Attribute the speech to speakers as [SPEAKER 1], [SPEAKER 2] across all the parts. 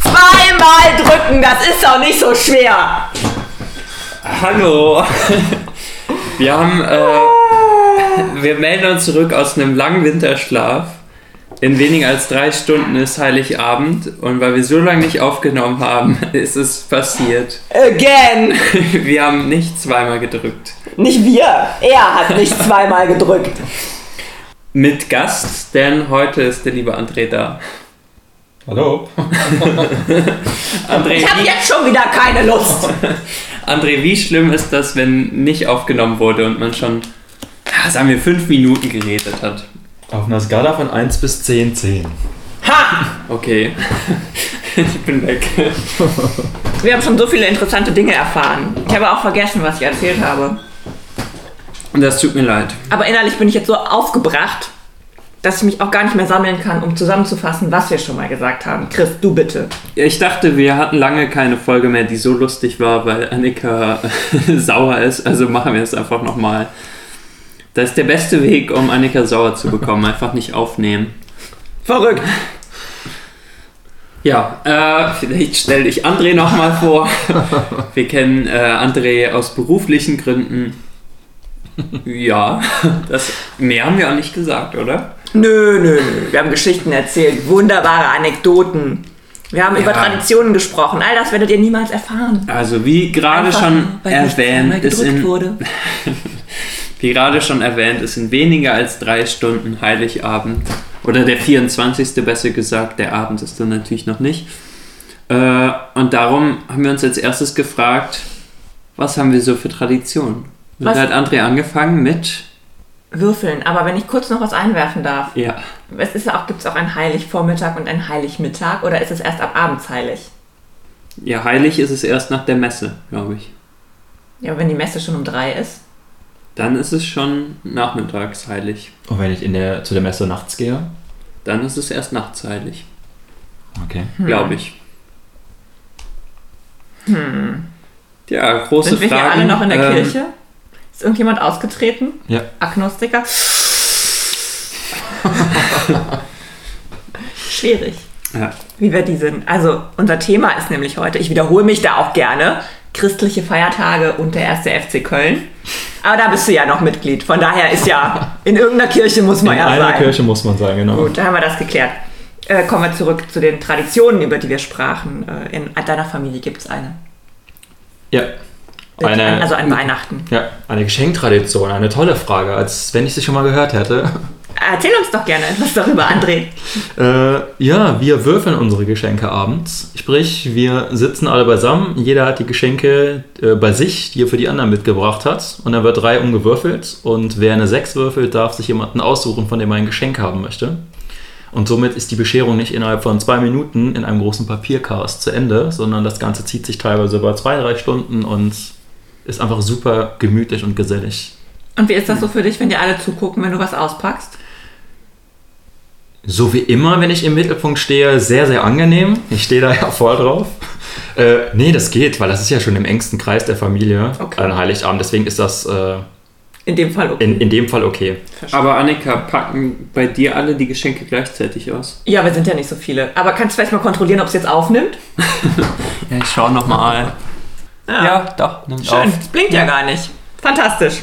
[SPEAKER 1] Zweimal drücken, das ist doch nicht so schwer.
[SPEAKER 2] Hallo. Wir haben, äh, wir melden uns zurück aus einem langen Winterschlaf. In weniger als drei Stunden ist Heiligabend und weil wir so lange nicht aufgenommen haben, ist es passiert.
[SPEAKER 1] Again.
[SPEAKER 2] Wir haben nicht zweimal gedrückt.
[SPEAKER 1] Nicht wir. Er hat nicht zweimal gedrückt.
[SPEAKER 2] Mit Gast, denn heute ist der liebe André da.
[SPEAKER 3] Hallo.
[SPEAKER 2] André,
[SPEAKER 1] Ich habe
[SPEAKER 2] wie,
[SPEAKER 1] jetzt schon wieder keine Lust.
[SPEAKER 2] André, wie schlimm ist das, wenn nicht aufgenommen wurde und man schon, ah, sagen wir, fünf Minuten geredet hat?
[SPEAKER 3] Auf einer Skala von 1 bis 10, 10.
[SPEAKER 1] Ha!
[SPEAKER 2] Okay. ich bin weg.
[SPEAKER 1] Wir haben schon so viele interessante Dinge erfahren. Ich habe auch vergessen, was ich erzählt habe.
[SPEAKER 2] Und das tut mir leid.
[SPEAKER 1] Aber innerlich bin ich jetzt so aufgebracht, dass ich mich auch gar nicht mehr sammeln kann, um zusammenzufassen, was wir schon mal gesagt haben. Chris, du bitte.
[SPEAKER 2] Ich dachte, wir hatten lange keine Folge mehr, die so lustig war, weil Annika sauer ist. Also machen wir es einfach nochmal. Das ist der beste Weg, um Annika sauer zu bekommen. Einfach nicht aufnehmen.
[SPEAKER 1] Verrückt.
[SPEAKER 2] Ja, äh, vielleicht stelle dich André nochmal vor. Wir kennen äh, André aus beruflichen Gründen. Ja, das, mehr haben wir auch nicht gesagt, oder?
[SPEAKER 1] Nö, nö, nö. Wir haben Geschichten erzählt, wunderbare Anekdoten. Wir haben über Traditionen gesprochen. All das werdet ihr niemals erfahren.
[SPEAKER 2] Also wie gerade
[SPEAKER 1] Einfach,
[SPEAKER 2] schon
[SPEAKER 1] weil nicht zweimal
[SPEAKER 2] erwähnt, ist
[SPEAKER 1] gedrückt
[SPEAKER 2] in,
[SPEAKER 1] wurde.
[SPEAKER 2] Wie gerade schon erwähnt, ist in weniger als drei Stunden Heiligabend oder der 24. besser gesagt, der Abend ist dann natürlich noch nicht. Äh, und darum haben wir uns als erstes gefragt, was haben wir so für Traditionen? Und
[SPEAKER 1] Was-
[SPEAKER 2] da hat André angefangen mit,
[SPEAKER 1] Würfeln. Aber wenn ich kurz noch was einwerfen darf.
[SPEAKER 2] ja,
[SPEAKER 1] Es ist ja auch, gibt es auch einen Heiligvormittag und einen Heiligmittag oder ist es erst ab abends heilig?
[SPEAKER 2] ja, heilig ist es erst nach der Messe, glaube ich.
[SPEAKER 1] Ja, wenn die Messe schon um drei ist.
[SPEAKER 2] Dann ist es schon nachmittags heilig.
[SPEAKER 3] Und wenn ich in der, zu der Messe nachts gehe?
[SPEAKER 2] Dann ist es erst nachts heilig,
[SPEAKER 3] Okay.
[SPEAKER 1] Hm.
[SPEAKER 2] glaube ich. Ja, große
[SPEAKER 1] Hm. Sind wir
[SPEAKER 2] Fragen.
[SPEAKER 1] hier alle noch in der
[SPEAKER 2] Ähm,
[SPEAKER 1] Kirche? Ist irgendjemand ausgetreten?
[SPEAKER 3] Ja.
[SPEAKER 1] Agnostiker? Schwierig.
[SPEAKER 2] Ja.
[SPEAKER 1] Wie wir die sind. Also, unser Thema ist nämlich heute, ich wiederhole mich da auch gerne, christliche Feiertage und der erste FC Köln. Aber da bist du ja noch Mitglied. Von daher ist ja, in irgendeiner Kirche muss
[SPEAKER 3] In
[SPEAKER 1] man ja
[SPEAKER 3] einer
[SPEAKER 1] sein.
[SPEAKER 3] Kirche muss man sagen, genau.
[SPEAKER 1] Gut, da haben wir das geklärt. Äh, kommen wir zurück zu den Traditionen, über die wir sprachen. Äh, in deiner Familie gibt es eine.
[SPEAKER 3] Ja. Eine,
[SPEAKER 1] also an Weihnachten.
[SPEAKER 3] ja, eine Geschenktradition, eine tolle Frage, als wenn ich sie schon mal gehört hätte.
[SPEAKER 1] Erzähl uns doch gerne etwas darüber, André.
[SPEAKER 3] Äh, ja, wir würfeln unsere Geschenke abends. Sprich, wir sitzen alle beisammen. Jeder hat die Geschenke äh, bei sich, die er für die anderen mitgebracht hat. Und dann wird drei umgewürfelt. Und wer eine sechs würfelt, darf sich jemanden aussuchen, von dem er ein Geschenk haben möchte. Und somit ist die Bescherung nicht innerhalb von zwei Minuten in einem großen Papierchaos zu Ende, sondern das Ganze zieht sich teilweise über zwei, drei Stunden und ist einfach super gemütlich und gesellig.
[SPEAKER 1] Und wie ist das so für dich, wenn dir alle zugucken, wenn du was auspackst?
[SPEAKER 3] So wie immer, wenn ich im Mittelpunkt stehe, sehr, sehr angenehm. Ich stehe da ja voll drauf. Äh, nee, das geht, weil das ist ja schon im engsten Kreis der Familie
[SPEAKER 1] Okay.
[SPEAKER 3] an Heiligabend. Deswegen ist das äh,
[SPEAKER 1] In dem Fall okay.
[SPEAKER 3] in, in dem Fall okay.
[SPEAKER 2] Aber Annika, packen bei dir alle die Geschenke gleichzeitig aus?
[SPEAKER 1] Ja, wir sind ja nicht so viele. Aber kannst du vielleicht mal kontrollieren, ob es jetzt aufnimmt?
[SPEAKER 2] Ja, ich schau nochmal.
[SPEAKER 1] Ja,
[SPEAKER 2] doch, nimmt
[SPEAKER 1] schön. Es blinkt ja gar nicht. Fantastisch.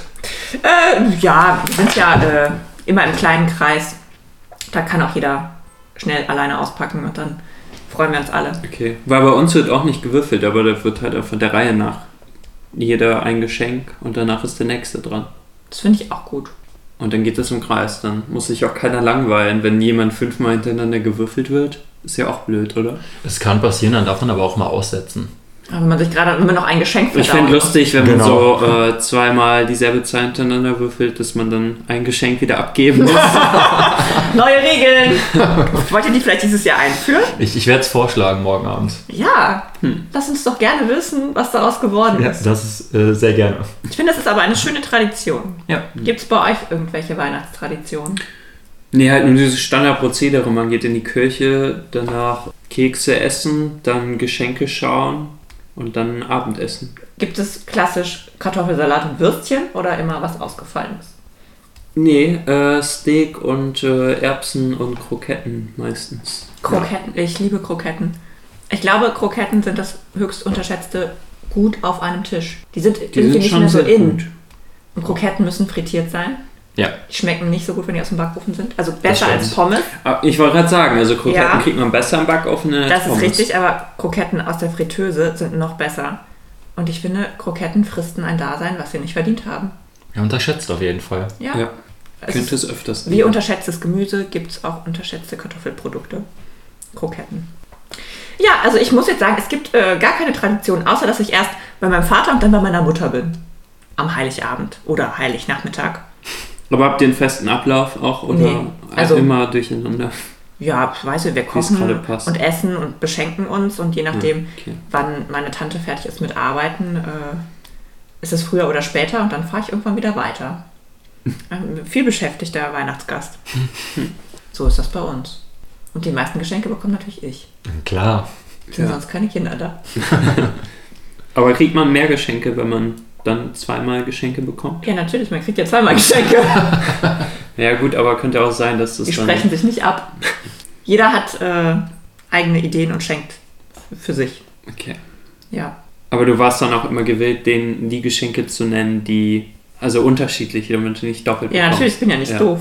[SPEAKER 1] Äh, ja, wir sind ja äh, immer im kleinen Kreis. Da kann auch jeder schnell alleine auspacken und dann freuen wir uns alle.
[SPEAKER 2] Okay, weil bei uns wird auch nicht gewürfelt, aber da wird halt einfach der Reihe nach jeder ein Geschenk und danach ist der nächste dran.
[SPEAKER 1] Das finde ich auch gut.
[SPEAKER 2] Und dann geht das im Kreis, dann muss sich auch keiner langweilen, wenn jemand fünfmal hintereinander gewürfelt wird. Ist ja auch blöd, oder?
[SPEAKER 3] Es kann passieren, dann darf man aber auch mal aussetzen.
[SPEAKER 1] Aber wenn man sich gerade immer noch ein Geschenk
[SPEAKER 2] Ich fände
[SPEAKER 1] verdaut.
[SPEAKER 2] lustig, wenn
[SPEAKER 3] Genau.
[SPEAKER 2] man so äh, zweimal dieselbe Zahl hintereinander würfelt, dass man dann ein Geschenk wieder abgeben muss.
[SPEAKER 1] Neue Regeln! Wollt ihr die vielleicht dieses Jahr einführen?
[SPEAKER 3] Ich, ich werde es vorschlagen morgen Abend.
[SPEAKER 1] Ja, lass uns doch gerne wissen, was daraus geworden
[SPEAKER 3] Hm. Ja,
[SPEAKER 1] ist.
[SPEAKER 3] das ist äh, sehr gerne.
[SPEAKER 1] Ich finde, das ist aber eine schöne Tradition.
[SPEAKER 3] Ja.
[SPEAKER 1] Gibt es bei euch irgendwelche Weihnachtstraditionen?
[SPEAKER 2] Nee, halt nur dieses Standardprozedere. Man geht in die Kirche, danach Kekse essen, dann Geschenke schauen und dann Abendessen.
[SPEAKER 1] Gibt es klassisch Kartoffelsalat und Würstchen oder immer was ausgefallenes?
[SPEAKER 2] Nee, äh, Steak und äh, Erbsen und Kroketten meistens.
[SPEAKER 1] Kroketten, ich liebe Kroketten. Ich glaube, Kroketten sind das höchst unterschätzte Gut auf einem Tisch. Die sind
[SPEAKER 2] Die
[SPEAKER 1] irgendwie
[SPEAKER 2] sind
[SPEAKER 1] nicht
[SPEAKER 2] schon
[SPEAKER 1] mehr so
[SPEAKER 2] sehr
[SPEAKER 1] in.
[SPEAKER 2] gut.
[SPEAKER 1] Und Kroketten müssen frittiert sein.
[SPEAKER 3] Ja.
[SPEAKER 1] Die schmecken nicht so gut, wenn die aus dem Backofen sind. Also besser
[SPEAKER 3] stimmt.
[SPEAKER 1] als Pommes.
[SPEAKER 2] Ah, Ich wollte gerade sagen, also Kroketten
[SPEAKER 1] Ja.
[SPEAKER 2] kriegt man besser im Backofen als
[SPEAKER 1] Das ist
[SPEAKER 2] Pommes.
[SPEAKER 1] richtig, aber Kroketten aus der Fritteuse sind noch besser. Und ich finde, Kroketten fristen ein Dasein, was sie nicht verdient haben.
[SPEAKER 3] Ja, unterschätzt auf jeden Fall.
[SPEAKER 1] Ja.
[SPEAKER 2] Ja,
[SPEAKER 1] Es
[SPEAKER 2] könnte
[SPEAKER 1] ist,
[SPEAKER 2] es öfters.
[SPEAKER 1] wie unterschätztes Gemüse gibt es auch unterschätzte Kartoffelprodukte. Kroketten. Ja, also ich muss jetzt sagen, es gibt äh, gar keine Tradition, außer dass ich erst bei meinem Vater und dann bei meiner Mutter bin. Am Heiligabend oder Heilignachmittag.
[SPEAKER 2] Aber habt ihr einen festen Ablauf auch oder
[SPEAKER 1] Nee, also-
[SPEAKER 2] immer durcheinander?
[SPEAKER 1] Ja, weißt du, wir
[SPEAKER 2] gerade
[SPEAKER 1] kochen
[SPEAKER 2] passt.
[SPEAKER 1] und essen und beschenken uns und je nachdem,
[SPEAKER 2] Ah, okay.
[SPEAKER 1] wann meine Tante fertig ist mit Arbeiten, äh, ist es früher oder später und dann fahre ich irgendwann wieder weiter. Ein viel beschäftigter Weihnachtsgast. so ist das bei uns. Und die meisten Geschenke bekomme natürlich ich.
[SPEAKER 3] Klar.
[SPEAKER 1] Sind
[SPEAKER 2] Ja.
[SPEAKER 1] sonst keine Kinder da.
[SPEAKER 2] Aber kriegt man mehr Geschenke, wenn man dann zweimal Geschenke bekommt?
[SPEAKER 1] Ja, natürlich, man kriegt ja zweimal Geschenke.
[SPEAKER 2] Ja gut, aber könnte auch sein, dass das
[SPEAKER 1] Die
[SPEAKER 2] dann...
[SPEAKER 1] sprechen sich nicht ab. Jeder hat äh, eigene Ideen und schenkt für sich.
[SPEAKER 2] Okay.
[SPEAKER 1] Ja.
[SPEAKER 2] Aber du warst dann auch immer gewillt, denen die Geschenke zu nennen, die... Also unterschiedliche, damit du nicht doppelt
[SPEAKER 1] Ja,
[SPEAKER 2] bekommst.
[SPEAKER 1] natürlich, ich bin ja nicht
[SPEAKER 2] Ja.
[SPEAKER 1] doof.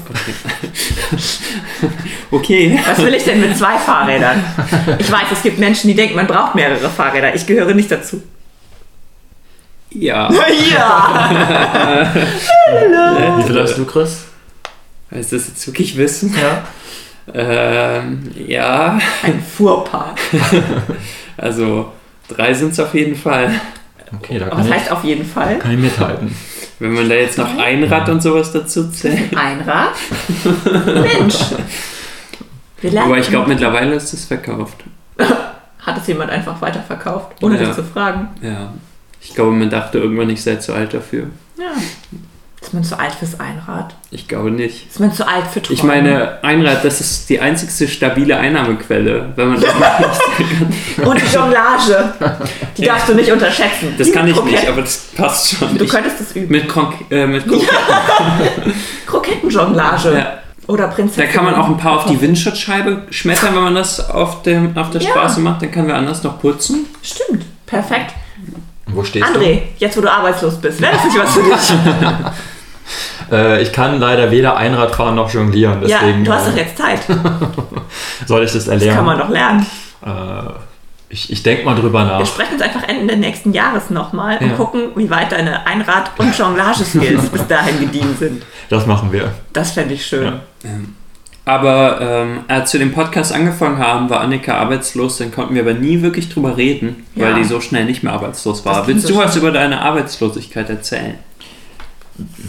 [SPEAKER 2] Okay.
[SPEAKER 1] Was will ich denn mit zwei Fahrrädern? Ich weiß, es gibt Menschen, die denken, man braucht mehrere Fahrräder. Ich gehöre nicht dazu.
[SPEAKER 2] Ja.
[SPEAKER 1] Ja! Äh,
[SPEAKER 3] Wie viel hast du, Chris?
[SPEAKER 2] Willst du das jetzt wirklich wissen?
[SPEAKER 3] Ja.
[SPEAKER 2] Ähm, ja.
[SPEAKER 1] Ein Fuhrpark.
[SPEAKER 2] Also, drei sind es auf jeden Fall.
[SPEAKER 3] Okay, da
[SPEAKER 1] Aber
[SPEAKER 3] kann
[SPEAKER 1] das
[SPEAKER 3] ich,
[SPEAKER 1] heißt auf jeden Fall
[SPEAKER 3] kann ich mithalten.
[SPEAKER 2] Wenn man da jetzt noch ein Rad und sowas dazu zählt.
[SPEAKER 1] ein Rad. Mensch! Wir lernen.
[SPEAKER 2] Aber ich glaube, mittlerweile ist es verkauft.
[SPEAKER 1] Hat es jemand einfach weiterverkauft, ohne
[SPEAKER 2] Ja.
[SPEAKER 1] dich zu fragen?
[SPEAKER 2] Ja. Ich glaube, man dachte irgendwann, ich sei zu alt dafür.
[SPEAKER 1] Ja. Ist man zu alt fürs Einrad?
[SPEAKER 2] Ich glaube nicht.
[SPEAKER 1] Ist man zu alt für Träume?
[SPEAKER 2] Ich meine, Einrad, das ist die einzigste stabile Einnahmequelle, wenn man das
[SPEAKER 1] Und die Jonglage. Die darfst du nicht unterschätzen.
[SPEAKER 2] Das kann ich
[SPEAKER 1] Kroketten-
[SPEAKER 2] nicht, aber das passt schon.
[SPEAKER 1] Du
[SPEAKER 2] Ich,
[SPEAKER 1] könntest es üben.
[SPEAKER 2] mit Konk äh, mit Konk
[SPEAKER 1] Krokettenjonglage.
[SPEAKER 2] ja.
[SPEAKER 1] Oder Prinzessin.
[SPEAKER 2] Da kann man auch ein paar auf die Windschutzscheibe schmettern, wenn man das auf, dem, auf der
[SPEAKER 1] Ja.
[SPEAKER 2] Straße macht. Dann können wir anders noch putzen.
[SPEAKER 1] Stimmt. Perfekt.
[SPEAKER 3] Wo stehst
[SPEAKER 1] André, jetzt wo du arbeitslos bist, wäre das nicht was für dich?
[SPEAKER 3] du? Äh, ich kann leider weder Einrad fahren noch jonglieren,
[SPEAKER 1] ja,
[SPEAKER 3] deswegen
[SPEAKER 1] du hast doch
[SPEAKER 3] äh,
[SPEAKER 1] jetzt Zeit.
[SPEAKER 3] soll ich das erlernen.
[SPEAKER 1] Kann man doch lernen.
[SPEAKER 3] Äh, ich ich denke mal drüber
[SPEAKER 1] Wir
[SPEAKER 3] nach.
[SPEAKER 1] sprechen uns einfach Ende nächsten Jahres nochmal und
[SPEAKER 3] Ja.
[SPEAKER 1] gucken, wie weit deine Einrad- und Jonglage-Skills bis dahin gediehen sind.
[SPEAKER 3] Das machen wir.
[SPEAKER 1] Das fände ich schön.
[SPEAKER 3] Ja.
[SPEAKER 2] Aber ähm, als wir den Podcast angefangen haben, war Annika arbeitslos, dann konnten wir aber nie wirklich drüber reden,
[SPEAKER 1] Ja.
[SPEAKER 2] weil die so schnell nicht mehr arbeitslos
[SPEAKER 1] Das
[SPEAKER 2] war.
[SPEAKER 1] klingt
[SPEAKER 2] Willst du
[SPEAKER 1] so
[SPEAKER 2] was über deine Arbeitslosigkeit erzählen?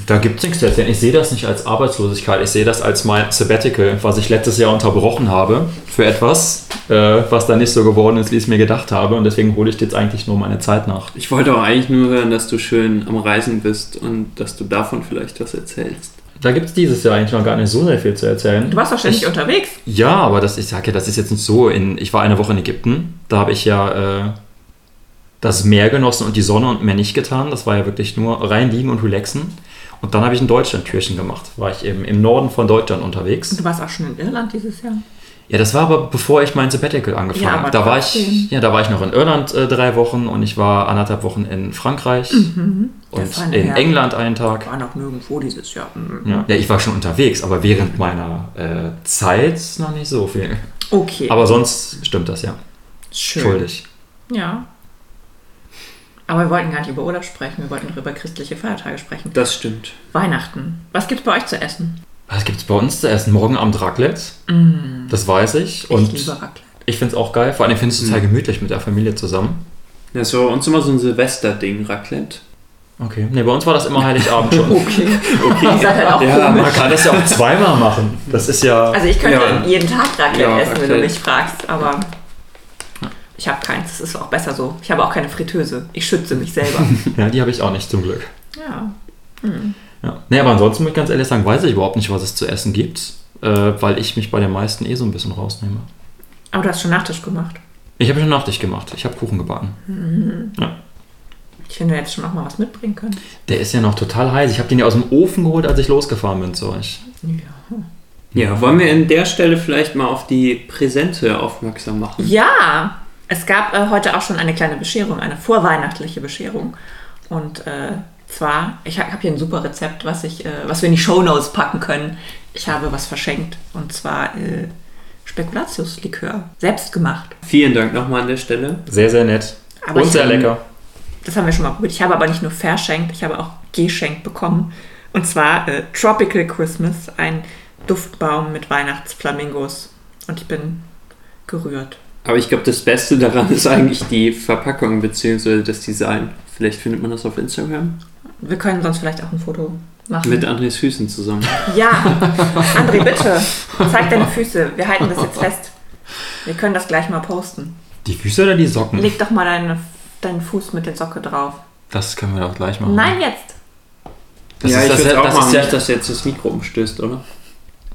[SPEAKER 3] Da gibt es nichts zu erzählen. Ich sehe das nicht als Arbeitslosigkeit. Ich sehe das als mein Sabbatical, was ich letztes Jahr unterbrochen habe für etwas, äh, was dann nicht so geworden ist, wie ich es mir gedacht habe. Und deswegen hole ich jetzt eigentlich nur meine Zeit nach.
[SPEAKER 2] Ich wollte auch eigentlich nur hören, dass du schön am Reisen bist und dass du davon vielleicht was erzählst.
[SPEAKER 3] Da gibt es dieses Jahr eigentlich noch gar nicht so sehr viel zu erzählen.
[SPEAKER 1] Du warst doch ständig unterwegs.
[SPEAKER 3] Ja, aber das, ich sage ja, das ist jetzt nicht so. In, ich war eine Woche in Ägypten, da habe ich ja äh, das Meer genossen und die Sonne und mehr nicht getan. Das war ja wirklich nur rein liegen und relaxen. Und dann habe ich ein Deutschland-Türchen gemacht. War ich eben im Norden von Deutschland unterwegs.
[SPEAKER 1] Du warst auch schon in Irland dieses Jahr.
[SPEAKER 3] Ja, das war aber bevor ich mein Sabbatical angefangen
[SPEAKER 1] Ja, aber
[SPEAKER 3] habe. Da war
[SPEAKER 1] trotzdem.
[SPEAKER 3] ich, ja, da war ich noch in Irland äh, drei Wochen und ich war anderthalb Wochen in Frankreich
[SPEAKER 1] Mhm. Das war
[SPEAKER 3] und
[SPEAKER 1] eine
[SPEAKER 3] in
[SPEAKER 1] Herren-
[SPEAKER 3] England einen Tag.
[SPEAKER 1] War noch nirgendwo dieses Jahr. Mhm.
[SPEAKER 3] Ja. ja, ich war schon unterwegs, aber während meiner äh, Zeit noch nicht so viel.
[SPEAKER 1] Okay.
[SPEAKER 3] Aber sonst stimmt das ja.
[SPEAKER 1] schön.
[SPEAKER 3] Schuldig.
[SPEAKER 1] Ja. Aber wir wollten gar nicht über Urlaub sprechen, wir wollten über christliche Feiertage sprechen.
[SPEAKER 2] Das stimmt.
[SPEAKER 1] Weihnachten. Was gibt's bei euch zu essen?
[SPEAKER 3] Was gibt's bei uns zu essen? Morgen Abend Raclette. Das weiß ich. Und
[SPEAKER 1] Mhm. ich
[SPEAKER 3] ich,
[SPEAKER 1] liebe Raclette. Mhm.
[SPEAKER 3] find's auch geil. Vor allem finde ich es total gemütlich mit der Familie zusammen.
[SPEAKER 2] Das war bei uns immer so ein Silvester-Ding, Raclette.
[SPEAKER 3] Okay. Nee, bei uns war das immer Heiligabend schon.
[SPEAKER 1] Okay. Ihr seid halt auch
[SPEAKER 2] Ja,
[SPEAKER 1] komisch.
[SPEAKER 3] Man kann das ja auch zweimal machen. Das ist ja.
[SPEAKER 1] Also ich könnte
[SPEAKER 2] Ja.
[SPEAKER 1] jeden Tag Raclette
[SPEAKER 2] Ja,
[SPEAKER 1] essen, wenn du
[SPEAKER 2] Raclette.
[SPEAKER 1] mich fragst, aber ich habe keins. Das ist auch besser so. Ich habe auch keine Fritteuse. Ich schütze mich selber.
[SPEAKER 3] ja, die habe ich auch nicht zum Glück.
[SPEAKER 1] ja.
[SPEAKER 3] Ja. Nee, aber ansonsten muss ich ganz ehrlich sagen, weiß ich überhaupt nicht, was es zu essen gibt, äh, weil ich mich bei den meisten eh so ein bisschen rausnehme.
[SPEAKER 1] Aber du hast schon Nachtisch gemacht.
[SPEAKER 3] Ich habe schon Nachtisch gemacht. Ich habe Kuchen gebacken.
[SPEAKER 1] Ich finde, jetzt schon auch mal was mitbringen können.
[SPEAKER 3] Der ist ja noch total heiß. Ich habe den ja aus dem Ofen geholt, als ich losgefahren bin zu euch.
[SPEAKER 1] Ja.
[SPEAKER 2] Ja, wollen wir an der Stelle vielleicht mal auf die Präsente aufmerksam machen?
[SPEAKER 1] Ja, es gab äh, heute auch schon eine kleine Bescherung, eine vorweihnachtliche Bescherung. Und äh, zwar, ich habe hier ein super Rezept, was, ich, äh, was wir in die Shownotes packen können. Ich habe was verschenkt und zwar äh, Spekulatiuslikör, selbst gemacht.
[SPEAKER 2] Vielen Dank nochmal an der Stelle.
[SPEAKER 3] Sehr, sehr nett.
[SPEAKER 1] Aber
[SPEAKER 3] und
[SPEAKER 1] ich-
[SPEAKER 3] sehr lecker.
[SPEAKER 1] Das haben wir schon mal probiert. Ich habe aber nicht nur verschenkt, ich habe auch geschenkt bekommen. Und zwar äh, Tropical Christmas, ein Duftbaum mit Weihnachtsflamingos. Und ich bin gerührt.
[SPEAKER 2] Aber ich glaube, das Beste daran ist eigentlich die Verpackung bzw. das Design. Vielleicht findet man das auf Instagram.
[SPEAKER 1] Wir können sonst vielleicht auch ein Foto machen.
[SPEAKER 2] Mit Andres Füßen zusammen.
[SPEAKER 1] Ja, André, bitte, zeig deine Füße. Wir halten das jetzt fest. Wir können das gleich mal posten.
[SPEAKER 3] Die Füße oder die Socken?
[SPEAKER 1] Leg doch mal deine, deinen Fuß mit der Socke drauf.
[SPEAKER 3] Das können wir doch gleich machen.
[SPEAKER 1] Nein, jetzt.
[SPEAKER 3] Das
[SPEAKER 2] ja,
[SPEAKER 3] ist
[SPEAKER 2] ich
[SPEAKER 3] das,
[SPEAKER 2] würde auch
[SPEAKER 3] das
[SPEAKER 2] machen,
[SPEAKER 3] ist ja,
[SPEAKER 2] nicht, dass jetzt das Mikro umstößt, oder?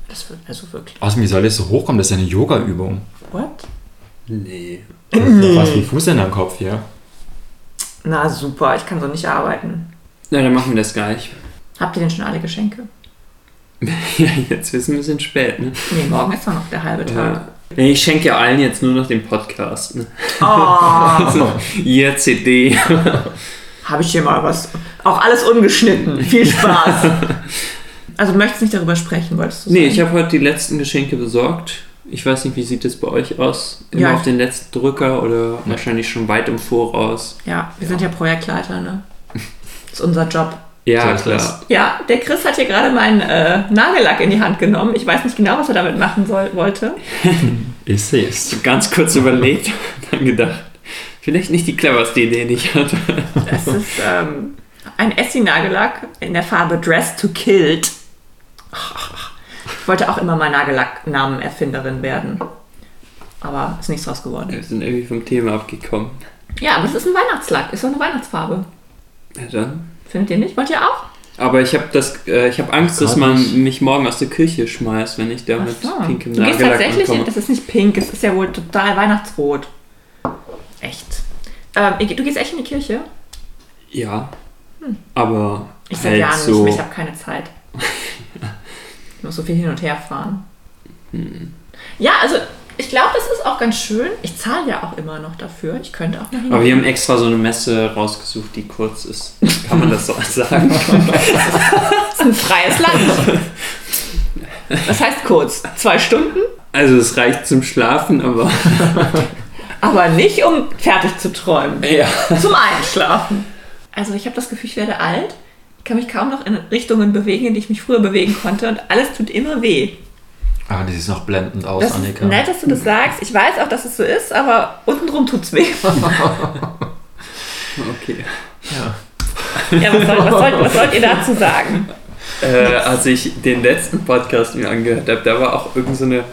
[SPEAKER 1] Das wird also wirklich.
[SPEAKER 3] Außerdem, wie soll das so hochkommen? Das ist ja eine Yoga-Übung.
[SPEAKER 1] What?
[SPEAKER 2] Nee.
[SPEAKER 3] Was wie Fuß in deinem Kopf hier?
[SPEAKER 1] Na super, ich kann so nicht arbeiten.
[SPEAKER 2] Na, dann machen wir das gleich.
[SPEAKER 1] Habt ihr denn schon alle Geschenke?
[SPEAKER 2] ja, jetzt ist es ein bisschen spät, ne?
[SPEAKER 1] Nee, morgen ist doch noch der halbe Tag.
[SPEAKER 2] Ja. Nee, ich schenke ja allen jetzt nur noch den Podcast. Ne?
[SPEAKER 1] Oh,
[SPEAKER 2] Also, ihr CD.
[SPEAKER 1] habe ich hier mal was. Auch alles ungeschnitten. Viel Spaß. Also du möchtest nicht darüber sprechen, wolltest du
[SPEAKER 2] Nee,
[SPEAKER 1] sagen?
[SPEAKER 2] ich habe heute die letzten Geschenke besorgt. Ich weiß nicht, wie sieht das bei euch aus? Immer
[SPEAKER 1] Ja.
[SPEAKER 2] auf den letzten Drücker oder wahrscheinlich schon weit im Voraus?
[SPEAKER 1] Ja, wir sind ja Projektleiter, ne? Das ist unser Job.
[SPEAKER 2] Ja,
[SPEAKER 3] So ist das.
[SPEAKER 2] klar.
[SPEAKER 1] Ja, der Chris hat hier gerade meinen äh, Nagellack in die Hand genommen. Ich weiß nicht genau, was er damit machen soll, wollte.
[SPEAKER 3] Ich sehe es.
[SPEAKER 2] Ganz kurz überlegt, dann gedacht, vielleicht nicht die cleverste Idee, die ich hatte.
[SPEAKER 1] Es ist ähm, ein Essi-Nagellack in der Farbe Dress to Kilt. Ich wollte auch immer mal Nagellack-Namen-Erfinderin werden. Aber ist nichts draus geworden.
[SPEAKER 2] Wir sind irgendwie vom Thema abgekommen.
[SPEAKER 1] Ja, aber es ist ein Weihnachtslack. Ist doch eine Weihnachtsfarbe.
[SPEAKER 2] Ja, dann.
[SPEAKER 1] Findet ihr nicht? Wollt ihr auch?
[SPEAKER 2] Aber ich habe das, äh, ich habe Angst, dass
[SPEAKER 3] Gerade nicht.
[SPEAKER 2] man mich morgen aus der Kirche schmeißt, wenn ich da mit
[SPEAKER 1] Ach so.
[SPEAKER 2] pinkem
[SPEAKER 1] Du gehst
[SPEAKER 2] Nagellack
[SPEAKER 1] tatsächlich in,
[SPEAKER 2] ankomme.
[SPEAKER 1] das ist nicht pink, es ist ja wohl total weihnachtsrot. Echt. Ähm, ihr- du gehst echt in die Kirche?
[SPEAKER 2] Ja, aber
[SPEAKER 1] Hm. Ich seit
[SPEAKER 2] halt
[SPEAKER 1] Jahren
[SPEAKER 2] so.
[SPEAKER 1] nicht mehr, ich habe keine Zeit. Ich muss so viel hin und her fahren.
[SPEAKER 2] Hm.
[SPEAKER 1] Ja, also ich glaube, das ist auch ganz schön. Ich zahle ja auch immer noch dafür. Ich könnte auch noch hin.
[SPEAKER 2] aber wir haben extra so eine Messe rausgesucht, die kurz ist. Kann man das so sagen?
[SPEAKER 1] Das ist ein freies Land. Das heißt kurz, zwei Stunden,
[SPEAKER 2] Also es reicht zum Schlafen, aber
[SPEAKER 1] aber nicht, um fertig zu träumen.
[SPEAKER 2] ja.
[SPEAKER 1] Zum Einschlafen. Also ich habe das Gefühl, ich werde alt. Ich kann mich kaum noch in Richtungen bewegen, in die ich mich früher bewegen konnte. Und alles tut immer weh.
[SPEAKER 3] Ah, die sieht noch blendend aus,
[SPEAKER 1] Das ist
[SPEAKER 3] Annika.
[SPEAKER 1] nett, dass du das sagst. Ich weiß auch, dass es so ist, aber untenrum tut's weh.
[SPEAKER 2] Okay.
[SPEAKER 1] Ja, was, soll, was, sollt, was sollt ihr dazu sagen?
[SPEAKER 2] Äh, als ich den letzten Podcast mir angehört habe, da war auch irgend so eine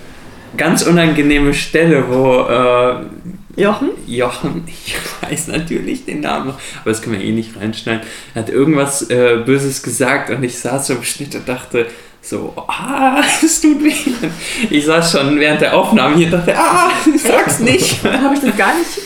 [SPEAKER 2] ganz unangenehme Stelle, wo äh,
[SPEAKER 1] Jochen?
[SPEAKER 2] Jochen, ich weiß natürlich den Namen noch, aber das können wir eh nicht reinschneiden, hat irgendwas äh, Böses gesagt und ich saß so im Schnitt und dachte so, ah, es tut weh. Ich saß schon während der Aufnahme hier und dachte, ah, sag's nicht.
[SPEAKER 1] Habe ich das gar nicht.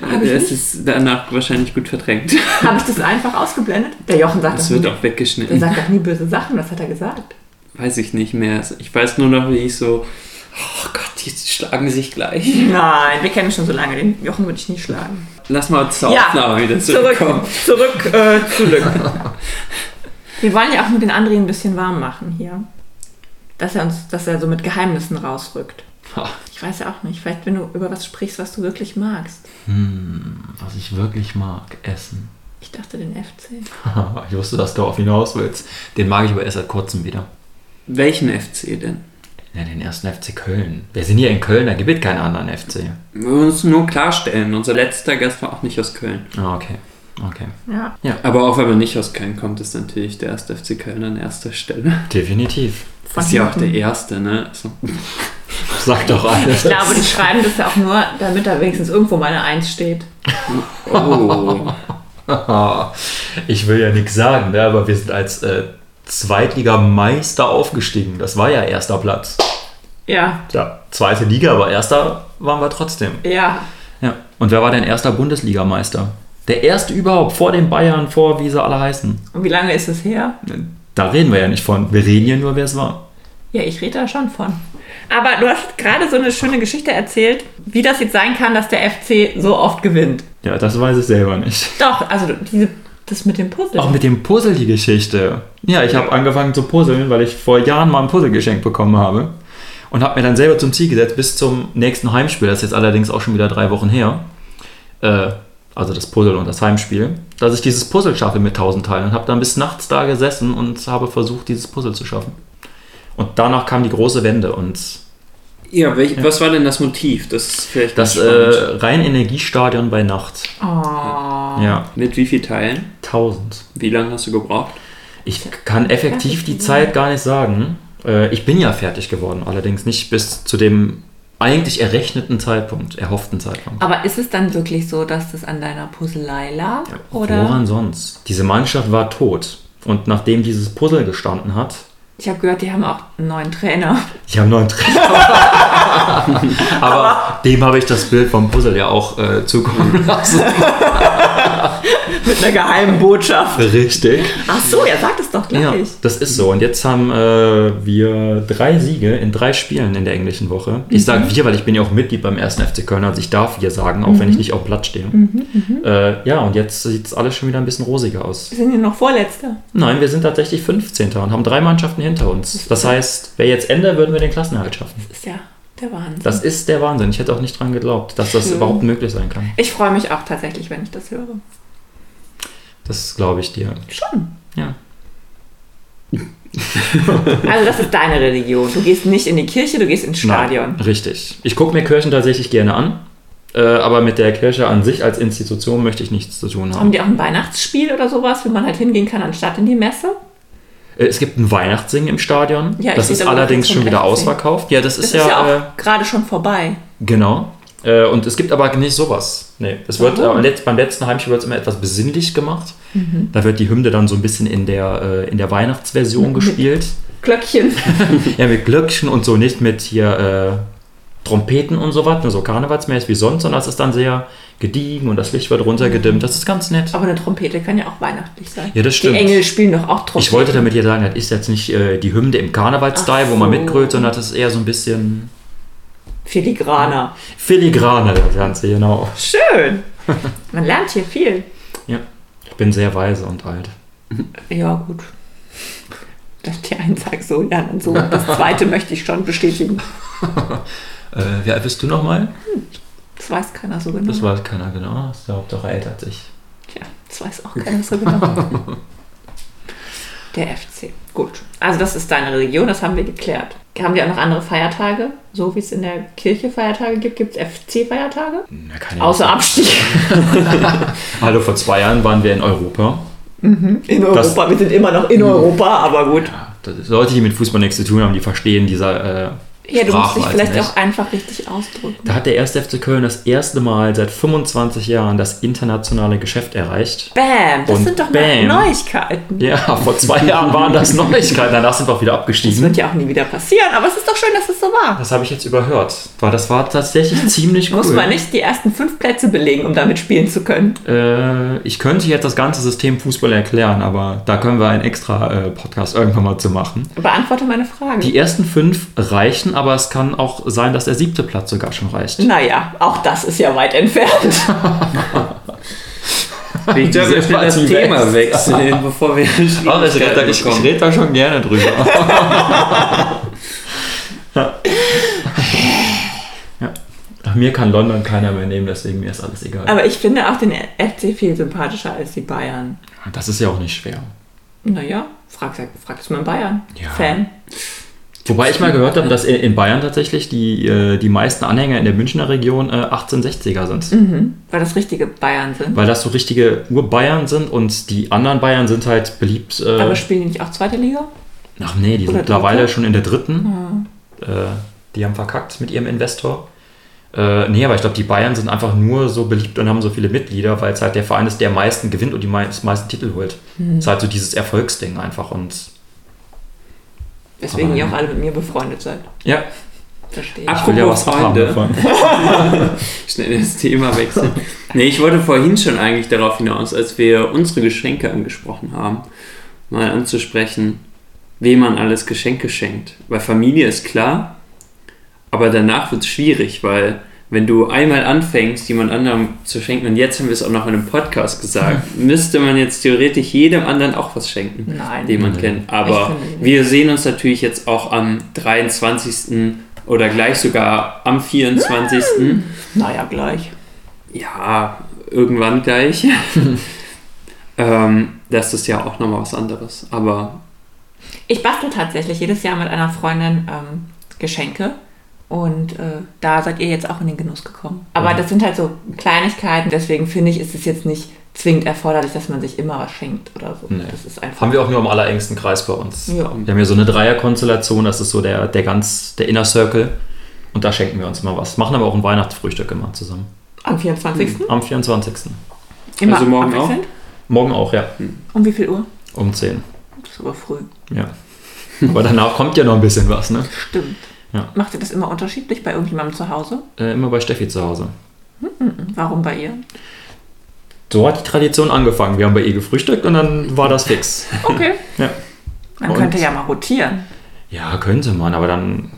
[SPEAKER 1] Hab ich
[SPEAKER 2] Es ist danach wahrscheinlich gut verdrängt.
[SPEAKER 1] Habe ich das einfach ausgeblendet? Der Jochen sagt
[SPEAKER 2] Es
[SPEAKER 1] das.
[SPEAKER 2] wird
[SPEAKER 1] Nie,
[SPEAKER 2] auch
[SPEAKER 1] der
[SPEAKER 2] weggeschnitten.
[SPEAKER 1] sagt doch nie böse Sachen. Was hat er gesagt?
[SPEAKER 2] Weiß ich nicht mehr. Ich weiß nur noch, wie ich so, oh Gott, die schlagen sich gleich.
[SPEAKER 1] Nein, wir kennen ihn schon so lange. Den Jochen würde ich nie schlagen.
[SPEAKER 2] Lass mal zur
[SPEAKER 1] Ja,
[SPEAKER 2] Aufnahme wieder
[SPEAKER 1] Zurück,
[SPEAKER 2] zurückkommen.
[SPEAKER 1] zurück äh, zu Lück. Wir wollen ja auch mit den André ein bisschen warm machen hier. Dass er uns, dass er so mit Geheimnissen rausrückt.
[SPEAKER 3] Ha,
[SPEAKER 1] Ich weiß ja auch nicht. Vielleicht, wenn du über was sprichst, was du wirklich magst.
[SPEAKER 3] Hm, was ich wirklich mag, Essen.
[SPEAKER 1] Ich dachte den FC.
[SPEAKER 3] ich wusste, dass du auf ihn hinaus willst. Den mag ich aber erst seit kurzem wieder.
[SPEAKER 2] Welchen FC denn?
[SPEAKER 3] Ja, den ersten FC Köln. Wir sind hier in Köln, da gibt es keinen anderen FC.
[SPEAKER 2] Wir müssen nur klarstellen, unser letzter Gast war auch nicht aus Köln.
[SPEAKER 3] Ah, okay. Okay.
[SPEAKER 1] Ja.
[SPEAKER 2] Aber auch wenn man nicht aus Köln kommt, ist natürlich der erste FC Köln an erster Stelle.
[SPEAKER 3] Definitiv.
[SPEAKER 1] Von
[SPEAKER 2] Das ist ja auch
[SPEAKER 1] hinten.
[SPEAKER 2] der erste, ne? Also,
[SPEAKER 3] Sag doch alles.
[SPEAKER 1] Ich glaube, die schreiben das ja auch nur, damit da wenigstens irgendwo mal eine Eins steht.
[SPEAKER 2] oh.
[SPEAKER 3] Haha. ich will ja nichts sagen, ne? aber wir sind als äh, Zweitligameister aufgestiegen. Das war ja erster Platz.
[SPEAKER 1] Ja,
[SPEAKER 3] Ja, zweite Liga, aber erster waren wir trotzdem.
[SPEAKER 1] ja.
[SPEAKER 3] Ja. Und wer war denn erster Bundesligameister? Der erste überhaupt, vor den Bayern, vor wie sie alle heißen.
[SPEAKER 1] Und wie lange ist es her?
[SPEAKER 3] Da reden wir ja nicht von. Wir reden ja nur, wer es war.
[SPEAKER 1] Ja, ich rede da schon von. Aber du hast gerade so eine schöne Geschichte erzählt, wie das jetzt sein kann, dass der FC so oft gewinnt.
[SPEAKER 3] Ja, das weiß ich selber nicht.
[SPEAKER 1] Doch, also diese, das mit dem Puzzle.
[SPEAKER 3] Auch mit dem Puzzle die Geschichte. Ja, ich habe angefangen zu puzzeln, weil ich vor Jahren mal ein Puzzle geschenkt bekommen habe. Und habe mir dann selber zum Ziel gesetzt, bis zum nächsten Heimspiel, das ist jetzt allerdings auch schon wieder drei Wochen her, äh, also das Puzzle und das Heimspiel, dass ich dieses Puzzle schaffe mit 1000 Teilen. Und habe dann bis nachts da gesessen und habe versucht, dieses Puzzle zu schaffen. Und danach kam die große Wende und
[SPEAKER 2] Ja, welch, was war denn das Motiv? Das ist vielleicht
[SPEAKER 3] das
[SPEAKER 2] ganz
[SPEAKER 3] äh,
[SPEAKER 2] spannend.
[SPEAKER 3] Rhein-Energiestadion bei Nacht.
[SPEAKER 1] Oh.
[SPEAKER 3] Ja,
[SPEAKER 2] Mit wie viel Teilen?
[SPEAKER 3] 1000.
[SPEAKER 2] Wie lange hast du gebraucht?
[SPEAKER 3] Ich kann effektiv die Zeit gar nicht sagen. Äh, Ich bin ja fertig geworden, allerdings nicht bis zu dem eigentlich errechneten Zeitpunkt, erhofften Zeitpunkt.
[SPEAKER 1] Aber ist es dann wirklich so, dass das an deiner Puzzlei lag? Ah, oder?
[SPEAKER 3] Woran sonst? Diese Mannschaft war tot. Und nachdem dieses Puzzle gestanden hat,
[SPEAKER 1] Ich habe gehört, die haben auch einen neuen Trainer.
[SPEAKER 3] ich habe einen neuen Trainer. Aber dem habe ich das Bild vom Puzzle ja auch äh, zukommen lassen.
[SPEAKER 1] Mit einer geheimen Botschaft.
[SPEAKER 3] Richtig.
[SPEAKER 1] Ach so, er sagt es doch
[SPEAKER 3] Ja,
[SPEAKER 1] gleich.
[SPEAKER 3] das ist so. Und jetzt haben äh, wir drei Siege in drei Spielen in der englischen Woche. Ich sage wir, weil ich bin ja auch Mitglied beim 1. FC Köln, also ich darf wir sagen, auch wenn ich nicht auf dem Platz stehe. Äh, ja, und jetzt sieht es alles schon wieder ein bisschen rosiger aus.
[SPEAKER 1] Wir sind hier noch Vorletzter.
[SPEAKER 3] Nein, wir sind tatsächlich 15. und haben drei Mannschaften hinter uns. Das heißt, wäre jetzt Ende, würden wir den Klassenerhalt schaffen.
[SPEAKER 1] Das ist ja der Wahnsinn.
[SPEAKER 3] Das ist der Wahnsinn. Ich hätte auch nicht dran geglaubt, dass das
[SPEAKER 1] Schön.
[SPEAKER 3] überhaupt möglich sein kann.
[SPEAKER 1] ich freue mich auch tatsächlich, wenn ich das höre.
[SPEAKER 3] Das glaube ich dir.
[SPEAKER 1] Schon.
[SPEAKER 3] Ja.
[SPEAKER 1] Also das ist deine Religion. Du gehst nicht in die Kirche, du gehst ins Stadion.
[SPEAKER 3] Nein, richtig. Ich gucke mir Kirchen tatsächlich gerne an, äh, aber mit der Kirche an sich als Institution möchte ich nichts zu tun haben.
[SPEAKER 1] Haben die auch ein Weihnachtsspiel oder sowas, wo man halt hingehen kann, anstatt in die Messe?
[SPEAKER 3] Äh, es gibt ein Weihnachtssingen im Stadion.
[SPEAKER 1] Ja, ich
[SPEAKER 3] das
[SPEAKER 1] sehe
[SPEAKER 3] ist
[SPEAKER 1] da
[SPEAKER 3] allerdings
[SPEAKER 1] wirklich
[SPEAKER 3] schon
[SPEAKER 1] zum
[SPEAKER 3] wieder
[SPEAKER 1] FC.
[SPEAKER 3] ausverkauft. Ja, das
[SPEAKER 1] Das
[SPEAKER 3] ist ja,
[SPEAKER 1] auch gerade schon vorbei.
[SPEAKER 3] äh, genau. Äh, und es gibt aber nicht sowas. Nee, es wird
[SPEAKER 1] Warum? Mhm.
[SPEAKER 3] äh, letzt, beim letzten Heimspiel wird es immer etwas besinnlich gemacht. Da wird die Hymne dann so ein bisschen in der, äh, in der Weihnachtsversion gespielt.
[SPEAKER 1] Glöckchen.
[SPEAKER 3] Ja, mit Glöckchen und so, nicht mit hier äh, Trompeten und so was, ne, so karnevalsmäßig wie sonst, sondern es ist dann sehr gediegen und das Licht wird runtergedimmt. Das ist ganz nett.
[SPEAKER 1] Aber eine Trompete kann ja auch weihnachtlich sein.
[SPEAKER 3] Ja, das stimmt.
[SPEAKER 1] Die Engel spielen doch auch Trompete.
[SPEAKER 3] Ich wollte damit ja sagen, das ist jetzt nicht äh, die Hymne im Karnevalsstyle,
[SPEAKER 1] Ach
[SPEAKER 3] wo man
[SPEAKER 1] so.
[SPEAKER 3] mitgrölt, sondern das ist eher so ein bisschen
[SPEAKER 1] Filigraner.
[SPEAKER 3] filigraner, das Ganze, genau.
[SPEAKER 1] Schön. Man lernt hier viel.
[SPEAKER 3] Ja. Ich bin sehr weise und alt.
[SPEAKER 1] Ja, gut. Dass die einen sagt so, ja, und so. Das zweite möchte ich schon bestätigen.
[SPEAKER 3] Äh, wie alt bist du nochmal?
[SPEAKER 1] Das weiß keiner so genau.
[SPEAKER 3] Das weiß keiner genau. Das ist der Hauptsache älter als ich.
[SPEAKER 1] Tja, das weiß auch keiner so genau. Der FC. Gut. Also das ist deine Religion, das haben wir geklärt. Haben die auch noch andere Feiertage? So wie es in der Kirche Feiertage gibt, gibt es FC-Feiertage?
[SPEAKER 3] Na, kann ich
[SPEAKER 1] Außer Abstieg.
[SPEAKER 3] nicht. Hallo, vor zwei Jahren waren wir in Europa.
[SPEAKER 1] In
[SPEAKER 3] Das-
[SPEAKER 1] Europa. wir sind immer noch in Europa, aber gut.
[SPEAKER 3] Das, Leute, die mit Fußball nichts zu tun haben, die verstehen dieser äh,
[SPEAKER 1] Ja, du musst dich
[SPEAKER 3] Sprachweise
[SPEAKER 1] vielleicht
[SPEAKER 3] nicht.
[SPEAKER 1] auch einfach richtig ausdrücken.
[SPEAKER 3] Da hat der 1. FC Köln das erste Mal seit 25 Jahren das internationale Geschäft erreicht.
[SPEAKER 1] Bam, das
[SPEAKER 3] Und
[SPEAKER 1] sind doch
[SPEAKER 3] bam.
[SPEAKER 1] mal Neuigkeiten.
[SPEAKER 3] Ja, vor zwei Jahren waren das Neuigkeiten, danach sind wir auch wieder
[SPEAKER 1] Das
[SPEAKER 3] abgestiegen.
[SPEAKER 1] wird ja auch nie wieder passieren, aber es ist doch schön, dass es so war.
[SPEAKER 3] Das habe ich jetzt überhört, weil das war tatsächlich ziemlich cool.
[SPEAKER 1] Muss man nicht die ersten fünf Plätze belegen, um damit spielen zu können.
[SPEAKER 3] Äh, ich könnte jetzt das ganze System Fußball erklären, aber da können wir einen extra äh, Podcast irgendwann mal zu machen.
[SPEAKER 1] Beantworte meine Frage.
[SPEAKER 3] Die ersten fünf reichen, aber es kann auch sein, dass der siebte Platz sogar schon reicht.
[SPEAKER 1] Naja, auch das ist ja weit entfernt.
[SPEAKER 2] Ich darf
[SPEAKER 3] Sehr
[SPEAKER 2] jetzt schnell das
[SPEAKER 3] passiv
[SPEAKER 2] Thema
[SPEAKER 3] jetzt.
[SPEAKER 2] wechseln, bevor wir
[SPEAKER 3] Ach, ich rede da, ich, ich red da schon gerne drüber. ja. Ach, mir kann London keiner mehr nehmen, deswegen mir ist alles egal.
[SPEAKER 1] Aber ich finde auch den FC viel sympathischer als die Bayern.
[SPEAKER 3] das ist ja auch nicht schwer.
[SPEAKER 1] Naja, frag, sag- frag es mal einen Bayern.
[SPEAKER 3] Ja.
[SPEAKER 1] Fan.
[SPEAKER 3] Wobei ich mal gehört habe, dass in- in Bayern tatsächlich die, äh, die meisten Anhänger in der Münchner Region äh, 1860er sind.
[SPEAKER 1] Mhm. Weil das richtige Bayern sind.
[SPEAKER 3] Weil das so richtige Urbayern sind und die anderen Bayern sind halt beliebt. Äh,
[SPEAKER 1] Aber spielen die nicht auch zweite Liga?
[SPEAKER 3] Ach nee, die sind
[SPEAKER 1] Oder dritte?
[SPEAKER 3] mittlerweile schon in der dritten. Äh, die haben verkackt mit ihrem Investor. Äh, nee, aber ich glaube, die Bayern sind einfach nur so beliebt und haben so viele Mitglieder, weil es halt der Verein ist, der am meisten gewinnt und die meisten, meisten Titel holt.
[SPEAKER 1] Mhm.
[SPEAKER 3] ist halt so dieses Erfolgsding einfach. Und
[SPEAKER 1] Deswegen
[SPEAKER 3] Aber-
[SPEAKER 1] ihr auch alle mit mir befreundet seid.
[SPEAKER 3] ja,
[SPEAKER 1] Verstehe.
[SPEAKER 2] Ab-
[SPEAKER 3] Ich will ja was
[SPEAKER 2] Apropos
[SPEAKER 3] haben
[SPEAKER 2] Freunde.
[SPEAKER 3] davon.
[SPEAKER 1] ne?
[SPEAKER 2] Schnell das Thema wechseln. Nee, ich wollte vorhin schon eigentlich darauf hinaus, als wir unsere Geschenke angesprochen haben, mal anzusprechen, wem man alles Geschenke schenkt. Weil Familie ist klar, aber danach wird es schwierig, weil wenn du einmal anfängst, jemand anderem zu schenken, und jetzt haben wir es auch noch in einem Podcast gesagt, müsste man jetzt theoretisch jedem anderen auch was schenken
[SPEAKER 1] Nein.
[SPEAKER 2] den man
[SPEAKER 3] Mhm.
[SPEAKER 2] kennt. Aber
[SPEAKER 1] finde nicht.
[SPEAKER 2] wir sehen uns natürlich jetzt auch am 23. oder gleich sogar am 24.
[SPEAKER 1] Naja, gleich.
[SPEAKER 2] ja, irgendwann gleich. ähm, das ist ja auch nochmal was anderes. Aber
[SPEAKER 1] Ich bastel tatsächlich jedes Jahr mit einer Freundin ähm, Geschenke. Und äh, da seid ihr jetzt auch in den Genuss gekommen. Aber
[SPEAKER 3] Mhm.
[SPEAKER 1] das sind halt so Kleinigkeiten, deswegen finde ich, ist es jetzt nicht zwingend erforderlich, dass man sich immer was schenkt oder so.
[SPEAKER 3] Nee.
[SPEAKER 1] Das ist einfach.
[SPEAKER 3] Haben wir auch nur im allerengsten Kreis bei uns.
[SPEAKER 1] Ja.
[SPEAKER 3] Wir haben ja so eine Dreierkonstellation, das ist so der, der ganz, der Inner Circle. Und da schenken wir uns mal was. Machen aber auch ein Weihnachtsfrühstück immer zusammen.
[SPEAKER 1] Am 24.
[SPEAKER 3] Am 24. Mhm.
[SPEAKER 1] Immer
[SPEAKER 2] Also morgen auch?
[SPEAKER 1] abwechselnd?
[SPEAKER 3] Morgen auch, ja.
[SPEAKER 1] Um wie viel Uhr?
[SPEAKER 3] Um 10.
[SPEAKER 1] Das ist aber früh.
[SPEAKER 3] Ja. Aber danach kommt ja noch ein bisschen was, ne?
[SPEAKER 1] Stimmt.
[SPEAKER 3] Ja.
[SPEAKER 1] Macht ihr das immer unterschiedlich bei irgendjemandem zu Hause?
[SPEAKER 3] Äh, immer bei Steffi zu Hause.
[SPEAKER 1] Warum bei ihr?
[SPEAKER 3] So hat die Tradition angefangen. Wir haben bei ihr gefrühstückt und dann war das fix.
[SPEAKER 1] Okay.
[SPEAKER 3] Ja.
[SPEAKER 1] Man
[SPEAKER 3] Und-
[SPEAKER 1] könnte ja mal rotieren.
[SPEAKER 3] Ja, könnte man, aber dann.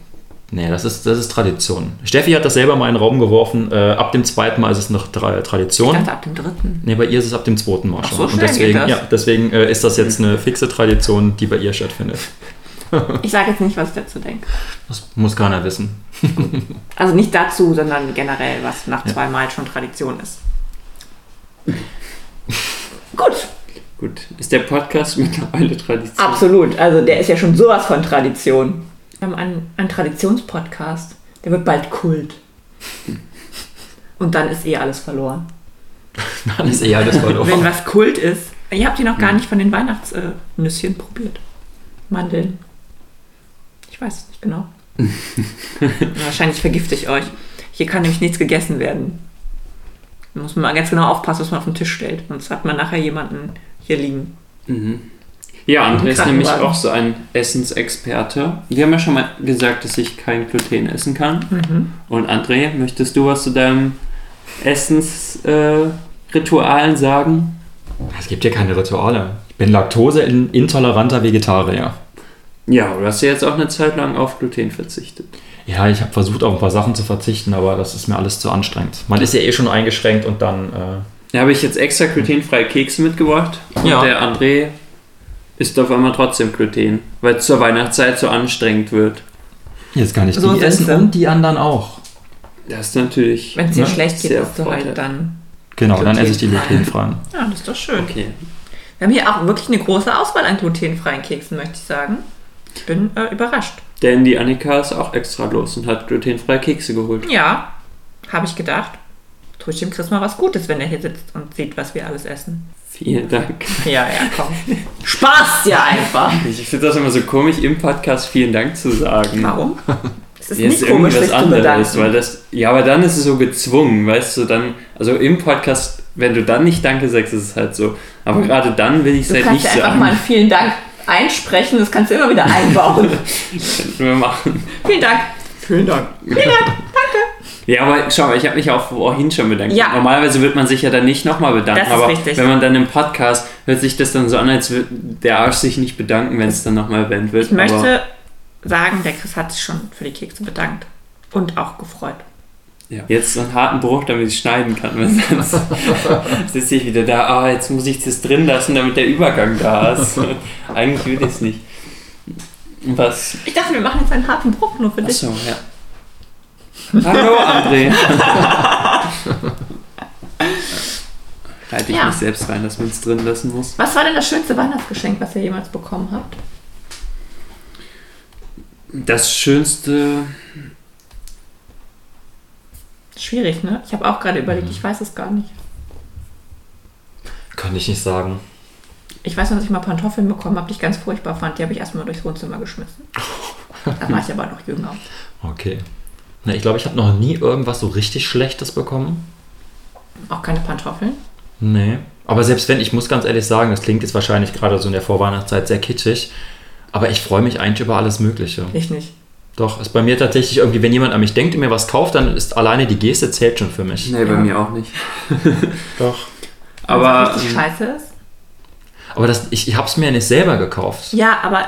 [SPEAKER 3] Nee, das ist, das ist Tradition. Steffi hat das selber mal in den Raum geworfen. Äh, ab dem zweiten Mal ist es noch Tra Tradition.
[SPEAKER 1] Ganz ab dem dritten.
[SPEAKER 3] Nee, bei ihr ist es ab dem zweiten Mal
[SPEAKER 1] Ach
[SPEAKER 3] schon.
[SPEAKER 1] so,
[SPEAKER 3] und
[SPEAKER 1] schnell geht
[SPEAKER 3] deswegen,
[SPEAKER 1] das.
[SPEAKER 3] Ja, deswegen äh, ist das jetzt eine fixe Tradition, die bei ihr stattfindet.
[SPEAKER 1] Ich sage jetzt nicht, was ich dazu denke.
[SPEAKER 3] Das muss keiner wissen.
[SPEAKER 1] Also nicht dazu, sondern generell, was nach zweimal schon Tradition ist. Gut,
[SPEAKER 2] gut, ist der Podcast mittlerweile Tradition?
[SPEAKER 1] absolut. Also der ist ja schon sowas von Tradition. Wir haben einen, einen Traditionspodcast. Der wird bald Kult. Und dann ist eh alles verloren.
[SPEAKER 3] Dann ist eh alles
[SPEAKER 1] Wenn
[SPEAKER 3] verloren.
[SPEAKER 1] was Kult ist. Ihr habt die noch
[SPEAKER 2] Hm.
[SPEAKER 1] gar nicht von den Weihnachtsnüsschen probiert. Mandeln. Ich weiß es nicht genau. Wahrscheinlich vergifte ich euch. Hier kann nämlich nichts gegessen werden. Da muss man mal ganz genau aufpassen, was man auf den Tisch stellt. Sonst hat man nachher jemanden hier liegen.
[SPEAKER 2] Mhm. Ja, André ist
[SPEAKER 1] Krankenwagen.
[SPEAKER 2] nämlich auch so ein Essensexperte. Wir haben ja schon mal gesagt, dass ich kein Gluten essen kann. Und André, möchtest du was zu deinem Essensritualen äh, Ritualen sagen?
[SPEAKER 3] Es gibt hier keine Rituale. Ich bin laktoseintoleranter Vegetarier.
[SPEAKER 2] Ja, du hast ja jetzt auch eine Zeit lang auf Gluten verzichtet.
[SPEAKER 3] Ja, ich habe versucht, auf ein paar Sachen zu verzichten, aber das ist mir alles zu anstrengend. Man ist ja eh schon eingeschränkt und dann. Äh,
[SPEAKER 2] Da habe ich jetzt extra glutenfreie Kekse mitgebracht und
[SPEAKER 3] Ja.
[SPEAKER 2] der André isst auf einmal trotzdem Gluten, weil es zur Weihnachtszeit so anstrengend wird.
[SPEAKER 3] jetzt kann ich
[SPEAKER 1] So
[SPEAKER 3] die
[SPEAKER 1] sind
[SPEAKER 3] essen
[SPEAKER 1] sie.
[SPEAKER 3] und die anderen auch.
[SPEAKER 2] Das ist natürlich.
[SPEAKER 1] Wenn es dir
[SPEAKER 3] Ja,
[SPEAKER 1] schlecht geht,
[SPEAKER 2] sehr
[SPEAKER 1] bist du
[SPEAKER 2] Vorteil.
[SPEAKER 1] halt dann.
[SPEAKER 3] Genau, dann esse ich die
[SPEAKER 2] Glutenfrei.
[SPEAKER 3] glutenfreien.
[SPEAKER 1] Ja, das ist doch schön.
[SPEAKER 2] Okay.
[SPEAKER 1] Wir haben hier auch wirklich eine große Auswahl an glutenfreien Keksen, möchte ich sagen. Ich bin äh, überrascht.
[SPEAKER 2] Denn die Annika ist auch extra los und hat glutenfreie Kekse geholt.
[SPEAKER 1] Ja, habe ich gedacht. Tue ich dem Chris mal was Gutes, wenn er hier sitzt und sieht, was wir alles essen.
[SPEAKER 2] Vielen Dank.
[SPEAKER 1] Ja, ja, komm. Spaß ja einfach.
[SPEAKER 2] Ich finde das immer so komisch, im Podcast vielen Dank zu sagen.
[SPEAKER 1] Warum? Es ist
[SPEAKER 2] Ja,
[SPEAKER 1] nicht komisch, sich zu bedanken.
[SPEAKER 2] weil das. Ja, aber dann ist es so gezwungen, weißt du, dann, also im Podcast, wenn du dann nicht Danke sagst, ist es halt so. Aber gerade dann will ich es
[SPEAKER 1] Du
[SPEAKER 2] halt
[SPEAKER 1] kannst
[SPEAKER 2] nicht
[SPEAKER 1] ja einfach
[SPEAKER 2] sagen.
[SPEAKER 1] mal einen vielen Dank einsprechen, das kannst du immer wieder einbauen.
[SPEAKER 2] Könnten wir machen.
[SPEAKER 1] vielen Dank.
[SPEAKER 2] Vielen Dank. Vielen Dank, danke. Ja, aber schau mal, ich habe mich auch vorhin schon bedankt.
[SPEAKER 1] Ja.
[SPEAKER 2] Normalerweise wird man sich ja dann nicht nochmal bedanken,
[SPEAKER 1] Das ist
[SPEAKER 2] aber
[SPEAKER 1] richtig.
[SPEAKER 2] wenn man dann im Podcast hört sich das dann so an, als würde der Arsch sich nicht bedanken, wenn es dann nochmal erwähnt wird.
[SPEAKER 1] Ich möchte sagen, der Chris hat sich schon für die Kekse bedankt und auch gefreut.
[SPEAKER 2] Ja. Jetzt so einen harten Bruch, damit ich schneiden kann. weil Sonst sitze ich wieder da, ah, jetzt muss ich das drin lassen, damit der Übergang da ist. Eigentlich will ich es nicht. Was?
[SPEAKER 1] Ich dachte, wir machen jetzt einen harten Bruch nur für dich.
[SPEAKER 2] Achso, ja. Hallo, André. Halte ich
[SPEAKER 1] Ja.
[SPEAKER 2] mich Halt selbst rein, dass man es drin lassen muss.
[SPEAKER 1] Was war denn das schönste Weihnachtsgeschenk, was ihr jemals bekommen habt?
[SPEAKER 2] Das Schönste,
[SPEAKER 1] Schwierig, ne? Ich habe auch gerade überlegt, ich weiß es gar nicht.
[SPEAKER 3] Kann ich nicht sagen.
[SPEAKER 1] Ich weiß noch, dass ich mal Pantoffeln bekommen habe, die ich ganz furchtbar fand. Die habe ich erstmal durchs Wohnzimmer geschmissen. Da war ich aber noch jünger.
[SPEAKER 3] Okay. Na, ich glaube, ich habe noch nie irgendwas so richtig Schlechtes bekommen.
[SPEAKER 1] Auch keine Pantoffeln.
[SPEAKER 3] Nee. Aber selbst wenn, ich muss ganz ehrlich sagen, das klingt jetzt wahrscheinlich gerade so in der Vorweihnachtszeit sehr kitschig, aber ich freue mich eigentlich über alles Mögliche.
[SPEAKER 1] Ich nicht.
[SPEAKER 3] Doch, ist bei mir tatsächlich irgendwie, wenn jemand an mich denkt und mir was kauft, dann ist alleine die Geste zählt schon für mich.
[SPEAKER 2] Nee, bei
[SPEAKER 1] Ja.
[SPEAKER 2] mir auch nicht.
[SPEAKER 3] Doch.
[SPEAKER 1] Wenn's
[SPEAKER 2] Aber
[SPEAKER 1] richtig
[SPEAKER 2] ähm,
[SPEAKER 1] scheiße ist.
[SPEAKER 3] Aber das, ich, ich habe es mir ja nicht selber gekauft.
[SPEAKER 1] Ja, aber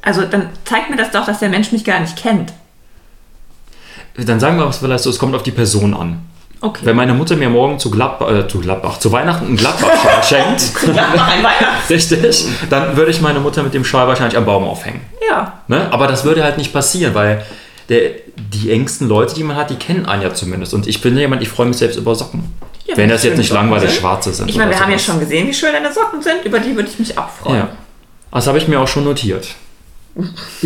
[SPEAKER 1] also dann zeigt mir das doch, dass der Mensch mich gar nicht kennt.
[SPEAKER 3] Dann sagen wir es vielleicht so, es kommt auf die Person an.
[SPEAKER 1] Okay.
[SPEAKER 3] Wenn meine Mutter mir morgen zu Gladbach, äh, zu Gladbach, zu Weihnachten einen Gladbach-Schal schenkt,
[SPEAKER 1] Ja, noch ein Weihnachten.
[SPEAKER 3] richtig, dann würde ich meine Mutter mit dem Schal wahrscheinlich am Baum aufhängen.
[SPEAKER 1] Ja.
[SPEAKER 3] Ne? Aber das würde halt nicht passieren, weil der, die engsten Leute, die man hat, die kennen einen ja zumindest. Und ich bin ja jemand, ich freue mich selbst über Socken.
[SPEAKER 1] Ja,
[SPEAKER 3] Wenn das
[SPEAKER 1] schöne
[SPEAKER 3] jetzt nicht
[SPEAKER 1] Socken
[SPEAKER 3] langweilig
[SPEAKER 1] sind.
[SPEAKER 3] schwarze sind.
[SPEAKER 1] Ich meine,
[SPEAKER 3] oder
[SPEAKER 1] wir haben ja
[SPEAKER 3] sowas.
[SPEAKER 1] schon gesehen, wie schön deine Socken sind. Über die würde ich mich auch freuen.
[SPEAKER 3] Ja. Das habe ich mir auch schon notiert.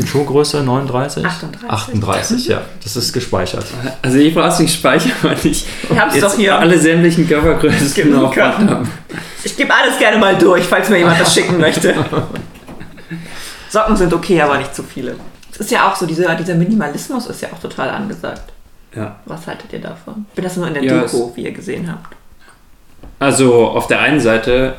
[SPEAKER 3] Schuhgröße 39?
[SPEAKER 1] 38.
[SPEAKER 3] 38, ja. Das ist gespeichert.
[SPEAKER 2] also ich brauche es nicht speichern, weil ich
[SPEAKER 1] Ich hab's
[SPEAKER 2] jetzt
[SPEAKER 1] doch hier. Genau.
[SPEAKER 2] alle sämtlichen Körpergrößen
[SPEAKER 1] Gib mir
[SPEAKER 2] auch
[SPEAKER 1] Körper.
[SPEAKER 2] habe.
[SPEAKER 1] Ich gebe alles gerne mal durch, falls mir jemand das schicken möchte. Socken sind okay, aber nicht zu viele. Es ist ja auch so, dieser, dieser Minimalismus ist ja auch total angesagt.
[SPEAKER 2] Ja.
[SPEAKER 1] Was haltet ihr davon? Ich bin das nur in der
[SPEAKER 2] Ja,
[SPEAKER 1] Deko, wie ihr gesehen habt.
[SPEAKER 2] Also auf der einen Seite,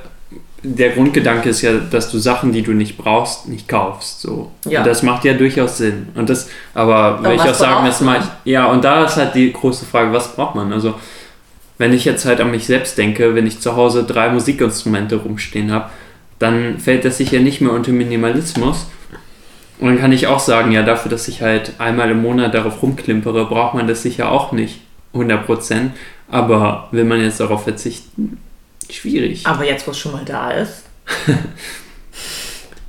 [SPEAKER 2] der Grundgedanke ist ja, dass du Sachen, die du nicht brauchst, nicht kaufst. So.
[SPEAKER 1] Ja.
[SPEAKER 2] Und das macht ja durchaus Sinn. Und das, aber würde ich
[SPEAKER 1] was
[SPEAKER 2] auch sagen, das
[SPEAKER 1] brauchst
[SPEAKER 2] mache ich. Ja, und da ist halt die große Frage, was braucht man? Also wenn ich jetzt halt an mich selbst denke, wenn ich zu Hause drei Musikinstrumente rumstehen habe, dann fällt das sicher nicht mehr unter Minimalismus. Und dann kann ich auch sagen, ja, dafür, dass ich halt einmal im Monat darauf rumklimpere, braucht man das sicher auch nicht 100%. Aber will man jetzt darauf verzichten? Schwierig.
[SPEAKER 1] Aber jetzt, wo es schon mal da ist.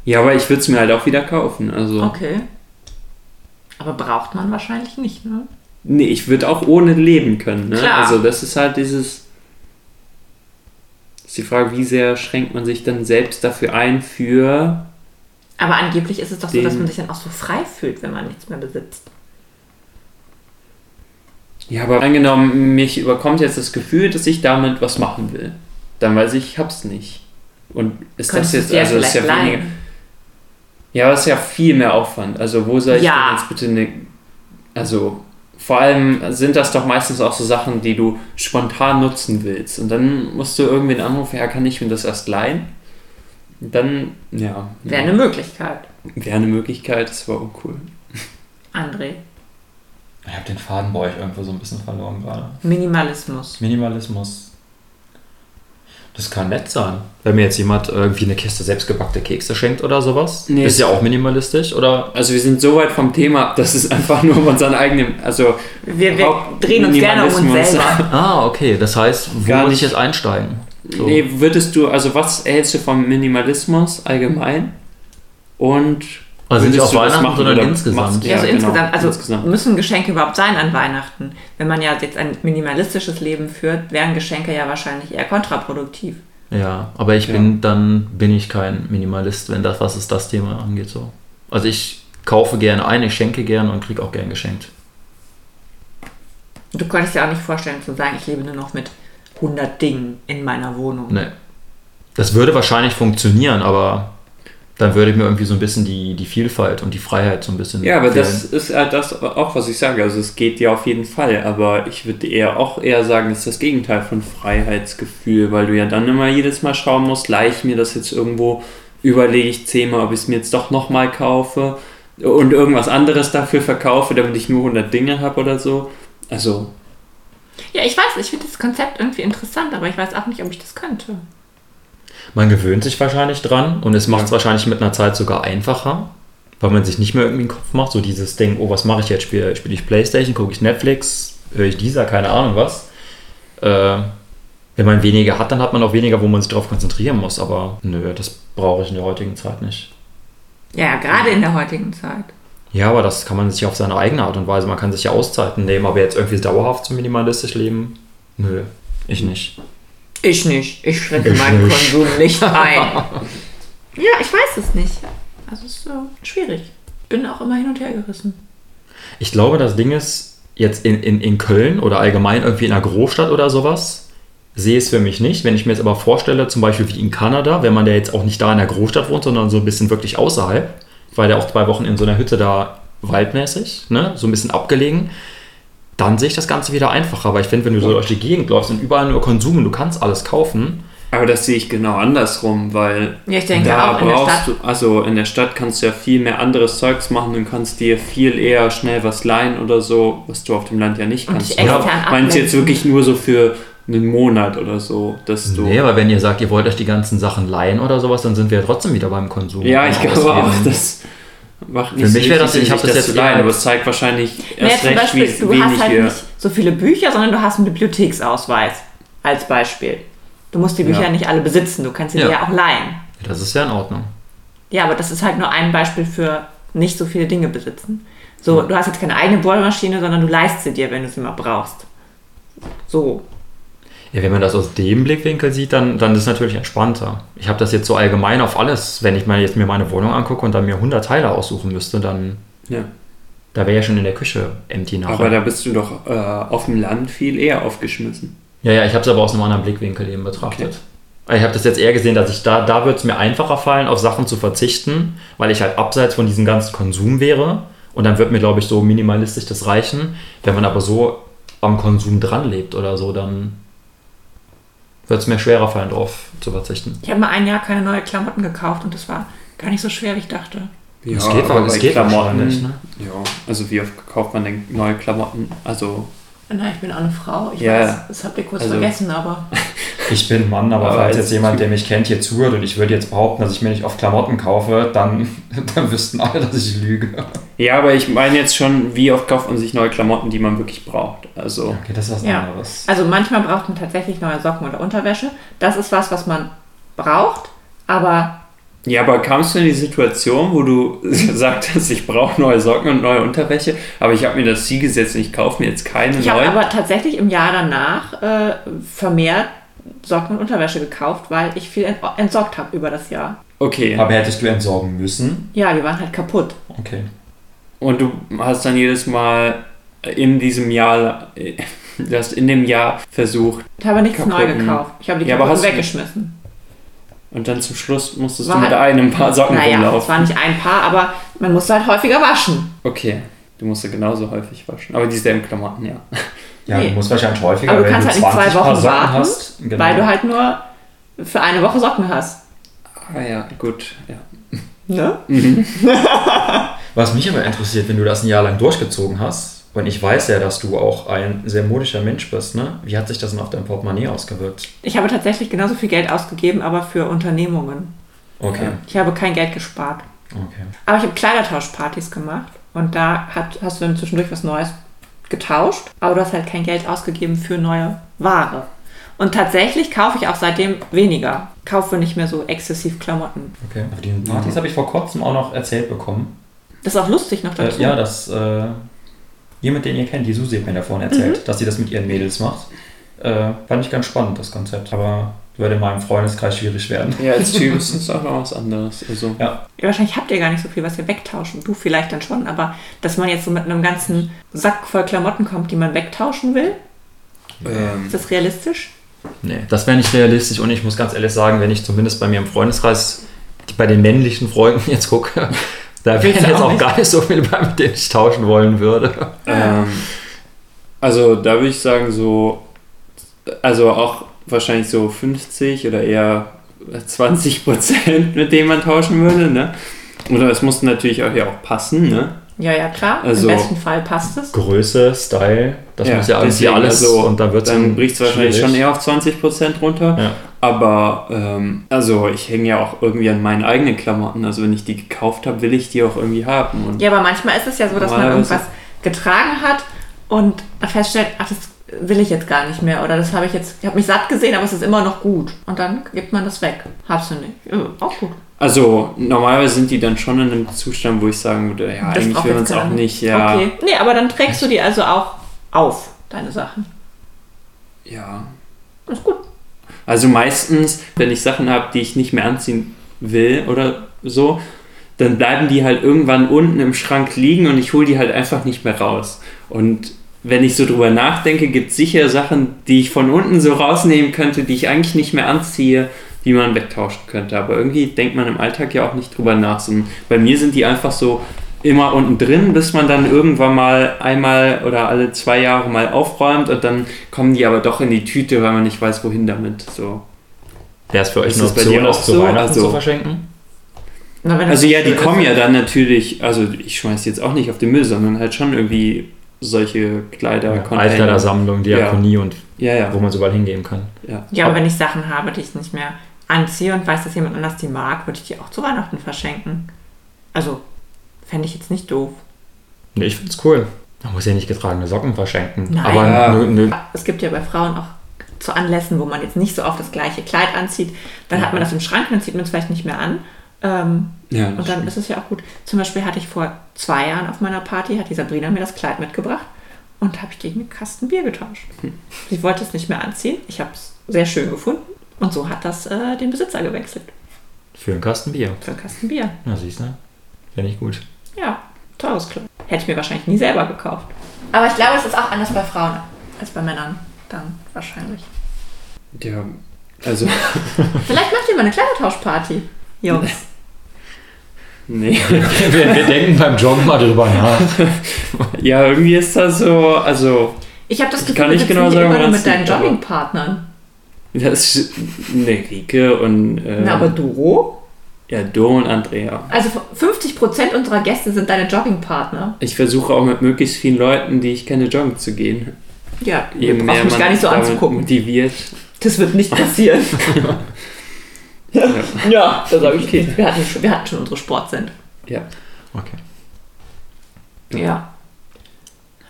[SPEAKER 2] Ja, aber ich würde es mir halt auch wieder kaufen. Also,
[SPEAKER 1] Okay. Aber braucht man wahrscheinlich nicht, ne?
[SPEAKER 2] nee, ich würde auch ohne leben können. Ne?
[SPEAKER 1] Klar.
[SPEAKER 2] Also, das ist halt dieses. Ist die Frage, wie sehr schränkt man sich dann selbst dafür ein für.
[SPEAKER 1] Aber angeblich ist es doch so, dass
[SPEAKER 2] Den-
[SPEAKER 1] man sich dann auch so frei fühlt, wenn man nichts mehr besitzt.
[SPEAKER 2] Ja, aber angenommen, mich überkommt jetzt das Gefühl, dass ich damit was machen will. Dann weiß ich, ich hab's nicht. Und ist
[SPEAKER 1] Könntest du
[SPEAKER 2] das
[SPEAKER 1] es
[SPEAKER 2] jetzt.
[SPEAKER 1] dir
[SPEAKER 2] also, das ist ja
[SPEAKER 1] vielleicht
[SPEAKER 2] weniger.
[SPEAKER 1] leihen?
[SPEAKER 2] Ja, aber es ist ja viel mehr Aufwand. Also wo soll ich
[SPEAKER 1] Ja.
[SPEAKER 2] denn jetzt bitte eine... Also vor allem sind das doch meistens auch so Sachen, die du spontan nutzen willst. Und dann musst du irgendwen anrufen, ja, kann ich mir das erst leihen? Und Dann, ja,
[SPEAKER 1] Wäre eine Möglichkeit.
[SPEAKER 2] wäre eine Möglichkeit, das war uncool.
[SPEAKER 1] André,
[SPEAKER 3] Ich habe den Faden bei euch irgendwo so ein bisschen verloren gerade.
[SPEAKER 1] Minimalismus.
[SPEAKER 3] Minimalismus. Das kann nett sein. Wenn mir jetzt jemand irgendwie eine Kiste selbstgebackte Kekse schenkt oder sowas,
[SPEAKER 2] Nee,
[SPEAKER 3] ist ja
[SPEAKER 2] das-
[SPEAKER 3] auch minimalistisch. Oder
[SPEAKER 2] Also wir sind so weit vom Thema ab, dass es einfach nur um unseren eigenen, also
[SPEAKER 1] Wir, wir
[SPEAKER 2] Haupt-
[SPEAKER 1] drehen uns gerne um uns
[SPEAKER 2] Minimalismus.
[SPEAKER 1] selber.
[SPEAKER 3] ah, okay, das heißt,
[SPEAKER 2] Gar
[SPEAKER 3] wo muss ich
[SPEAKER 2] nicht.
[SPEAKER 3] jetzt einsteigen? So.
[SPEAKER 2] nee, würdest du, also was hältst du vom Minimalismus allgemein? Und
[SPEAKER 3] Also nicht
[SPEAKER 2] würdest
[SPEAKER 3] auf
[SPEAKER 2] du das
[SPEAKER 3] Weihnachten,
[SPEAKER 2] machen
[SPEAKER 3] sondern
[SPEAKER 2] oder
[SPEAKER 3] insgesamt.
[SPEAKER 2] machst-
[SPEAKER 1] Ja, also
[SPEAKER 2] genau,
[SPEAKER 1] insgesamt, also
[SPEAKER 2] insgesamt.
[SPEAKER 1] müssen Geschenke überhaupt sein an Weihnachten? Wenn man ja jetzt ein minimalistisches Leben führt, wären Geschenke ja wahrscheinlich eher kontraproduktiv.
[SPEAKER 3] Ja, aber ich
[SPEAKER 2] Ja.
[SPEAKER 3] bin dann bin ich kein Minimalist, wenn das was ist das Thema angeht so. Also ich kaufe gerne ein, ich schenke gerne und kriege auch gern geschenkt.
[SPEAKER 1] Du könntest dir auch nicht vorstellen zu sagen, ich lebe nur noch mit 100 Dingen in meiner Wohnung.
[SPEAKER 3] Nee. Das würde wahrscheinlich funktionieren, aber dann würde ich mir irgendwie so ein bisschen die, die Vielfalt und die Freiheit so ein bisschen
[SPEAKER 2] Ja, aber
[SPEAKER 3] fehlen.
[SPEAKER 2] das ist halt das auch, was ich sage. Also es geht ja auf jeden Fall, aber ich würde eher auch eher sagen, es ist das Gegenteil von Freiheitsgefühl, weil du ja dann immer jedes Mal schauen musst, leih ich mir das jetzt irgendwo, überlege ich zehnmal, ob ich es mir jetzt doch nochmal kaufe und irgendwas anderes dafür verkaufe, damit ich nur 100 Dinge habe oder so. Also,
[SPEAKER 1] Ja, ich weiß, ich finde das Konzept irgendwie interessant, aber ich weiß auch nicht, ob ich das könnte.
[SPEAKER 3] Man gewöhnt sich wahrscheinlich dran und es macht es
[SPEAKER 2] Ja.
[SPEAKER 3] wahrscheinlich mit einer Zeit sogar einfacher, weil man sich nicht mehr irgendwie den Kopf macht, so dieses Ding, oh, was mache ich jetzt? Spiele spiel ich Playstation, gucke ich Netflix, höre ich dieser, keine Ahnung was. Äh, wenn man weniger hat, dann hat man auch weniger, wo man sich darauf konzentrieren muss, aber nö, das brauche ich in der heutigen Zeit nicht.
[SPEAKER 1] Ja, gerade in der heutigen Zeit.
[SPEAKER 3] Ja, aber das kann man sich auf seine eigene Art und Weise, man kann sich ja Auszeiten nehmen, aber jetzt irgendwie dauerhaft so minimalistisch leben, nö, ich nicht.
[SPEAKER 1] Ich nicht. Ich schränke
[SPEAKER 3] Ich
[SPEAKER 1] meinen
[SPEAKER 3] nicht.
[SPEAKER 1] Konsum nicht ein. ja, ich weiß es nicht. Also es ist so schwierig. Ich bin auch immer hin und her gerissen.
[SPEAKER 3] Ich glaube, das Ding ist, jetzt in, in, in Köln oder allgemein irgendwie in einer Großstadt oder sowas, sehe es für mich nicht. Wenn ich mir jetzt aber vorstelle, zum Beispiel wie in Kanada, wenn man der jetzt auch nicht da in der Großstadt wohnt, sondern so ein bisschen wirklich außerhalb, ich war ja auch zwei Wochen in so einer Hütte da waldmäßig, ne, so ein bisschen abgelegen, dann sehe ich das Ganze wieder einfacher. Aber ich finde, wenn du so durch die Gegend läufst und überall nur Konsum und du kannst alles kaufen,
[SPEAKER 2] Aber das sehe ich genau andersrum, weil
[SPEAKER 1] Ja, ich denke
[SPEAKER 2] da
[SPEAKER 1] auch in der
[SPEAKER 2] brauchst
[SPEAKER 1] Stadt.
[SPEAKER 2] du, also in der Stadt kannst du ja viel mehr anderes Zeugs machen und kannst dir viel eher schnell was leihen oder so, was du auf dem Land ja nicht
[SPEAKER 1] Und
[SPEAKER 2] kannst.
[SPEAKER 1] dich extern
[SPEAKER 2] Oder meinst du jetzt
[SPEAKER 1] ablenken.
[SPEAKER 2] wirklich nur so für einen Monat oder so, dass du.
[SPEAKER 3] Nee, aber wenn ihr sagt, ihr wollt euch die ganzen Sachen leihen oder sowas, dann sind wir ja trotzdem wieder beim Konsum.
[SPEAKER 2] ja, ich
[SPEAKER 3] Beim
[SPEAKER 2] glaube auch,
[SPEAKER 3] Ausgeben.
[SPEAKER 2] das macht nicht
[SPEAKER 3] Für
[SPEAKER 2] so
[SPEAKER 3] mich wäre
[SPEAKER 2] richtig
[SPEAKER 3] das-
[SPEAKER 2] Sinn,
[SPEAKER 3] ich hab
[SPEAKER 2] sich
[SPEAKER 3] das jetzt
[SPEAKER 2] zu leihen,
[SPEAKER 3] eher-
[SPEAKER 2] aber es zeigt wahrscheinlich
[SPEAKER 1] Naja,
[SPEAKER 2] erst
[SPEAKER 1] zum
[SPEAKER 2] recht,
[SPEAKER 1] Beispiel,
[SPEAKER 2] wie
[SPEAKER 1] du hast
[SPEAKER 2] wenig
[SPEAKER 1] halt
[SPEAKER 2] wir.
[SPEAKER 1] nicht so viele Bücher, sondern du hast einen Bibliotheksausweis als Beispiel. Du musst die Bücher
[SPEAKER 2] Ja.
[SPEAKER 1] nicht alle besitzen, du kannst sie
[SPEAKER 3] Ja.
[SPEAKER 1] dir ja auch leihen.
[SPEAKER 3] Das ist ja in Ordnung.
[SPEAKER 1] Ja, aber das ist halt nur ein Beispiel für nicht so viele Dinge besitzen. So, du hast jetzt keine eigene Bohrmaschine, sondern du leist sie dir, wenn du sie mal brauchst. So.
[SPEAKER 3] Ja, wenn man das aus dem Blickwinkel sieht, dann, dann ist es natürlich entspannter. Ich habe das jetzt so allgemein auf alles. Wenn ich mal jetzt mir meine Wohnung angucke und dann mir 100 Teile aussuchen müsste, dann
[SPEAKER 2] Ja.
[SPEAKER 3] da wäre ja schon in der Küche empty
[SPEAKER 2] Aber
[SPEAKER 3] nachher.
[SPEAKER 2] da bist du doch äh, auf dem Land viel eher aufgeschmissen.
[SPEAKER 3] Ja, ja, ich habe es aber aus einem anderen Blickwinkel eben betrachtet. Ich habe das jetzt eher gesehen, dass ich da, da wird es mir einfacher fallen, auf Sachen zu verzichten, weil ich halt abseits von diesem ganzen Konsum wäre. Und dann wird mir, glaube ich, so minimalistisch das reichen. Wenn man aber so am Konsum dran lebt oder so, dann wird es mir schwerer fallen, darauf zu verzichten.
[SPEAKER 1] Ich habe mal ein Jahr keine neuen Klamotten gekauft und das war gar nicht so schwer, wie ich dachte.
[SPEAKER 2] Ja,
[SPEAKER 3] Es geht
[SPEAKER 2] aber
[SPEAKER 3] es
[SPEAKER 2] bei
[SPEAKER 3] geht
[SPEAKER 2] Klamotten
[SPEAKER 3] wahrscheinlich, ne?
[SPEAKER 2] Ja, also wie oft kauft man denn neue Klamotten? Also,
[SPEAKER 1] Na, Äh, ich bin auch eine Frau. Ich
[SPEAKER 2] Ja.
[SPEAKER 1] weiß, das habt ihr kurz
[SPEAKER 2] Also-
[SPEAKER 1] vergessen, aber
[SPEAKER 3] Ich bin Mann, aber,
[SPEAKER 2] Aber
[SPEAKER 3] falls
[SPEAKER 2] als
[SPEAKER 3] jetzt jemand, der mich kennt, hier zuhört und ich würde jetzt behaupten, dass ich mir nicht oft Klamotten kaufe, dann, dann wüssten alle, dass ich lüge.
[SPEAKER 2] ja, aber ich meine jetzt schon, wie oft kauft man sich neue Klamotten, die man wirklich braucht? Also,
[SPEAKER 3] Okay, das ist was
[SPEAKER 1] Ja.
[SPEAKER 3] anderes.
[SPEAKER 1] Also manchmal braucht man tatsächlich neue Socken oder Unterwäsche. Das ist was, was man braucht, aber
[SPEAKER 2] ja, aber kamst du in die Situation, wo du sagtest, ich brauche neue Socken und neue Unterwäsche, aber ich habe mir das Ziel gesetzt, ich kaufe mir jetzt keine
[SPEAKER 1] ich habe
[SPEAKER 2] neuen?
[SPEAKER 1] aber tatsächlich im Jahr danach äh, vermehrt Socken und Unterwäsche gekauft, weil ich viel ent entsorgt habe über das Jahr.
[SPEAKER 2] Okay,
[SPEAKER 3] Aber hättest du entsorgen müssen?
[SPEAKER 1] Ja, die waren halt kaputt.
[SPEAKER 3] Okay.
[SPEAKER 2] und du hast dann jedes Mal in diesem Jahr, äh, du hast in dem Jahr versucht
[SPEAKER 1] Ich habe nichts neu
[SPEAKER 2] Kaputten.
[SPEAKER 1] gekauft. Ich habe die
[SPEAKER 2] Ja, aber
[SPEAKER 1] kaputten
[SPEAKER 2] hast du-
[SPEAKER 1] weggeschmissen.
[SPEAKER 2] und dann zum Schluss musstest
[SPEAKER 1] War
[SPEAKER 2] du mit
[SPEAKER 1] halt-
[SPEAKER 2] einem paar Socken
[SPEAKER 1] Naja, es
[SPEAKER 2] rumlaufen.
[SPEAKER 1] war nicht ein Paar, aber man musste halt häufiger waschen.
[SPEAKER 2] Okay, du musst ja genauso häufig waschen. Aber dieselben Klamotten, ja.
[SPEAKER 3] Ja,
[SPEAKER 1] Nee.
[SPEAKER 3] du musst wahrscheinlich häufiger,
[SPEAKER 1] Aber du
[SPEAKER 3] wenn
[SPEAKER 1] kannst
[SPEAKER 3] du
[SPEAKER 1] halt
[SPEAKER 3] 20
[SPEAKER 1] nicht zwei
[SPEAKER 3] Paar
[SPEAKER 1] Wochen
[SPEAKER 3] Socken
[SPEAKER 1] warten,
[SPEAKER 3] hast. Genau.
[SPEAKER 1] weil du halt nur für eine Woche Socken hast.
[SPEAKER 2] Ah ja, gut. Ja.
[SPEAKER 1] Ne?
[SPEAKER 3] Was mich aber interessiert, wenn du das ein Jahr lang durchgezogen hast, und ich weiß ja, dass du auch ein sehr modischer Mensch bist, ne? Wie hat sich das denn auf dein Portemonnaie ausgewirkt?
[SPEAKER 1] Ich habe tatsächlich genauso viel Geld ausgegeben, aber für Unternehmungen.
[SPEAKER 3] Okay.
[SPEAKER 1] Ich habe kein Geld gespart.
[SPEAKER 3] Okay.
[SPEAKER 1] Aber ich habe Kleidertauschpartys gemacht und da hat, hast du dann zwischendurch was Neues getauscht, aber du hast halt kein Geld ausgegeben für neue Ware. Und tatsächlich kaufe ich auch seitdem weniger. Kaufe nicht mehr so exzessiv Klamotten.
[SPEAKER 3] Okay. Aber die Partys habe ich vor kurzem auch noch erzählt bekommen.
[SPEAKER 1] Das ist auch lustig noch dazu.
[SPEAKER 3] Äh, ja, das äh, jemand, den ihr kennt, die Susi hat mir davon erzählt, dass sie das mit ihren Mädels macht. Äh, fand ich ganz spannend, das Konzept. Aber würde in meinem Freundeskreis schwierig werden.
[SPEAKER 2] ja, als Typ ist es auch noch was anderes. Also,
[SPEAKER 1] Ja, Wahrscheinlich habt ihr gar nicht so viel, was ihr wegtauschen. Du vielleicht dann schon, aber dass man jetzt so mit einem ganzen Sack voll Klamotten kommt, die man wegtauschen will,
[SPEAKER 2] ähm,
[SPEAKER 1] ist das realistisch?
[SPEAKER 3] Nee, das wäre nicht realistisch und ich muss ganz ehrlich sagen, wenn ich zumindest bei mir im Freundeskreis, die- bei den männlichen Freunden jetzt gucke, da wären
[SPEAKER 1] Willst du
[SPEAKER 3] jetzt
[SPEAKER 1] auch
[SPEAKER 3] auch
[SPEAKER 1] nicht?
[SPEAKER 3] gar nicht so viele bei, mit denen ich tauschen wollen würde.
[SPEAKER 2] ähm, also da würde ich sagen, so, also auch wahrscheinlich so 50 oder eher 20 Prozent, mit denen man tauschen würde, ne? Oder es muss natürlich auch ja auch passen, ne?
[SPEAKER 1] Ja, ja, klar.
[SPEAKER 2] Also-
[SPEAKER 1] Im besten Fall passt es.
[SPEAKER 3] Größe, Style, das
[SPEAKER 2] Ja,
[SPEAKER 3] muss ja irgendwie
[SPEAKER 2] deswegen,
[SPEAKER 3] alles
[SPEAKER 2] also,
[SPEAKER 3] und da wird
[SPEAKER 2] Dann bricht es wahrscheinlich schon eher auf 20 Prozent runter.
[SPEAKER 3] Ja.
[SPEAKER 2] Aber ähm, also ich hänge ja auch irgendwie an meinen eigenen Klamotten. Also wenn ich die gekauft habe, will ich die auch irgendwie haben. Und
[SPEAKER 1] Ja, aber manchmal ist es ja so, dass man
[SPEAKER 2] Normalerweise-
[SPEAKER 1] irgendwas getragen hat und feststellt, ach, das will ich jetzt gar nicht mehr oder das habe ich jetzt, ich habe mich satt gesehen, aber es ist immer noch gut. Und dann gibt man das weg. Hab's du nicht. Ja, auch gut.
[SPEAKER 2] Also normalerweise sind die dann schon in einem Zustand, wo ich sagen würde, ja,
[SPEAKER 1] das
[SPEAKER 2] eigentlich
[SPEAKER 1] braucht
[SPEAKER 2] will man
[SPEAKER 1] jetzt
[SPEAKER 2] es auch
[SPEAKER 1] keiner.
[SPEAKER 2] nicht, ja.
[SPEAKER 1] Okay. Nee, aber dann trägst du die also auch auf, deine Sachen.
[SPEAKER 2] ja.
[SPEAKER 1] Ist gut.
[SPEAKER 2] Also meistens, wenn ich Sachen habe, die ich nicht mehr anziehen will oder so, dann bleiben die halt irgendwann unten im Schrank liegen und ich hole die halt einfach nicht mehr raus. Und wenn ich so drüber nachdenke, gibt es sicher Sachen, die ich von unten so rausnehmen könnte, die ich eigentlich nicht mehr anziehe, die man wegtauschen könnte. Aber irgendwie denkt man im Alltag ja auch nicht drüber nach. So, bei mir sind die einfach so immer unten drin, bis man dann irgendwann mal einmal oder alle zwei Jahre mal aufräumt und dann kommen die aber doch in die Tüte, weil man nicht weiß, wohin damit. So.
[SPEAKER 3] Wäre es für euch
[SPEAKER 2] Ist
[SPEAKER 3] eine
[SPEAKER 2] das bei dir
[SPEAKER 3] Option,
[SPEAKER 2] auch
[SPEAKER 3] das zu
[SPEAKER 2] so?
[SPEAKER 3] Weihnachten
[SPEAKER 2] Also-
[SPEAKER 3] zu verschenken?
[SPEAKER 1] Na, wenn das
[SPEAKER 2] Also ja,
[SPEAKER 1] nicht
[SPEAKER 2] die
[SPEAKER 1] so ist.
[SPEAKER 2] kommen ja dann natürlich, also ich schmeiß die jetzt auch nicht auf den Müll, sondern halt schon irgendwie solche Kleider,
[SPEAKER 3] Altkleidersammlung, Diakonie und
[SPEAKER 2] Ja, ja.
[SPEAKER 3] wo man so überall hingeben kann.
[SPEAKER 2] ja.
[SPEAKER 1] Ja, aber wenn ich Sachen habe, die ich nicht mehr anziehe und weiß, dass jemand anders die mag, würde ich die auch zu Weihnachten verschenken. Also, fände ich jetzt nicht doof.
[SPEAKER 3] Nee, ich find's cool. Man muss ja nicht getragene Socken verschenken.
[SPEAKER 1] Nein.
[SPEAKER 3] Aber
[SPEAKER 2] Ja.
[SPEAKER 3] nö, nö.
[SPEAKER 1] Ah, Es gibt ja bei Frauen auch zu Anlässen, wo man jetzt nicht so oft das gleiche Kleid anzieht. Dann hat man das im Schrank, dann zieht man es vielleicht nicht mehr an. Ähm,
[SPEAKER 2] ja
[SPEAKER 1] und dann ist es ja auch gut. Zum Beispiel hatte ich vor zwei Jahren auf meiner Party, hat die Sabrina mir das Kleid mitgebracht und habe ich gegen einen Kasten Bier getauscht. Sie wollte es nicht mehr anziehen. Ich habe es sehr schön gefunden. Und so hat das äh, den Besitzer gewechselt.
[SPEAKER 3] Für einen Kasten Bier.
[SPEAKER 1] Für einen Kasten Bier.
[SPEAKER 3] Na, siehst du? Finde ich gut.
[SPEAKER 1] Ja, teures Kleid. Hätte ich mir wahrscheinlich nie selber gekauft. Aber ich glaube, es ist auch anders bei Frauen als bei Männern. Dann wahrscheinlich.
[SPEAKER 2] ja, also
[SPEAKER 1] Vielleicht macht ihr mal eine Kleidertauschparty. Jungs.
[SPEAKER 2] nee.
[SPEAKER 3] Wir, wir denken beim Joggen mal drüber nach.
[SPEAKER 2] Ja, irgendwie ist das so, also
[SPEAKER 1] Ich habe das Gefühl,
[SPEAKER 2] kann nicht
[SPEAKER 1] sitzen
[SPEAKER 2] genau
[SPEAKER 1] hier
[SPEAKER 2] sagen,
[SPEAKER 1] immer nur
[SPEAKER 2] woran's
[SPEAKER 1] mit deinen
[SPEAKER 2] liegt, aber-
[SPEAKER 1] Joggingpartnern.
[SPEAKER 2] das ist nee, Rike und äh,
[SPEAKER 1] Na, aber du?
[SPEAKER 2] ja, Do und Andrea.
[SPEAKER 1] Also 50% unserer Gäste sind deine Joggingpartner.
[SPEAKER 2] Ich versuche auch mit möglichst vielen Leuten, die ich kenne, joggen zu gehen.
[SPEAKER 1] Ja,
[SPEAKER 2] Je
[SPEAKER 1] ihr braucht
[SPEAKER 2] mehr
[SPEAKER 1] mich
[SPEAKER 2] man
[SPEAKER 1] gar nicht so
[SPEAKER 2] damit
[SPEAKER 1] anzugucken.
[SPEAKER 2] motiviert.
[SPEAKER 1] Das wird nicht passieren. ja, ja, da sage ich
[SPEAKER 2] Okay.
[SPEAKER 1] nichts. Wir hatten, schon, wir hatten schon unsere Sportsendung.
[SPEAKER 2] Ja.
[SPEAKER 3] Okay.
[SPEAKER 1] Ja.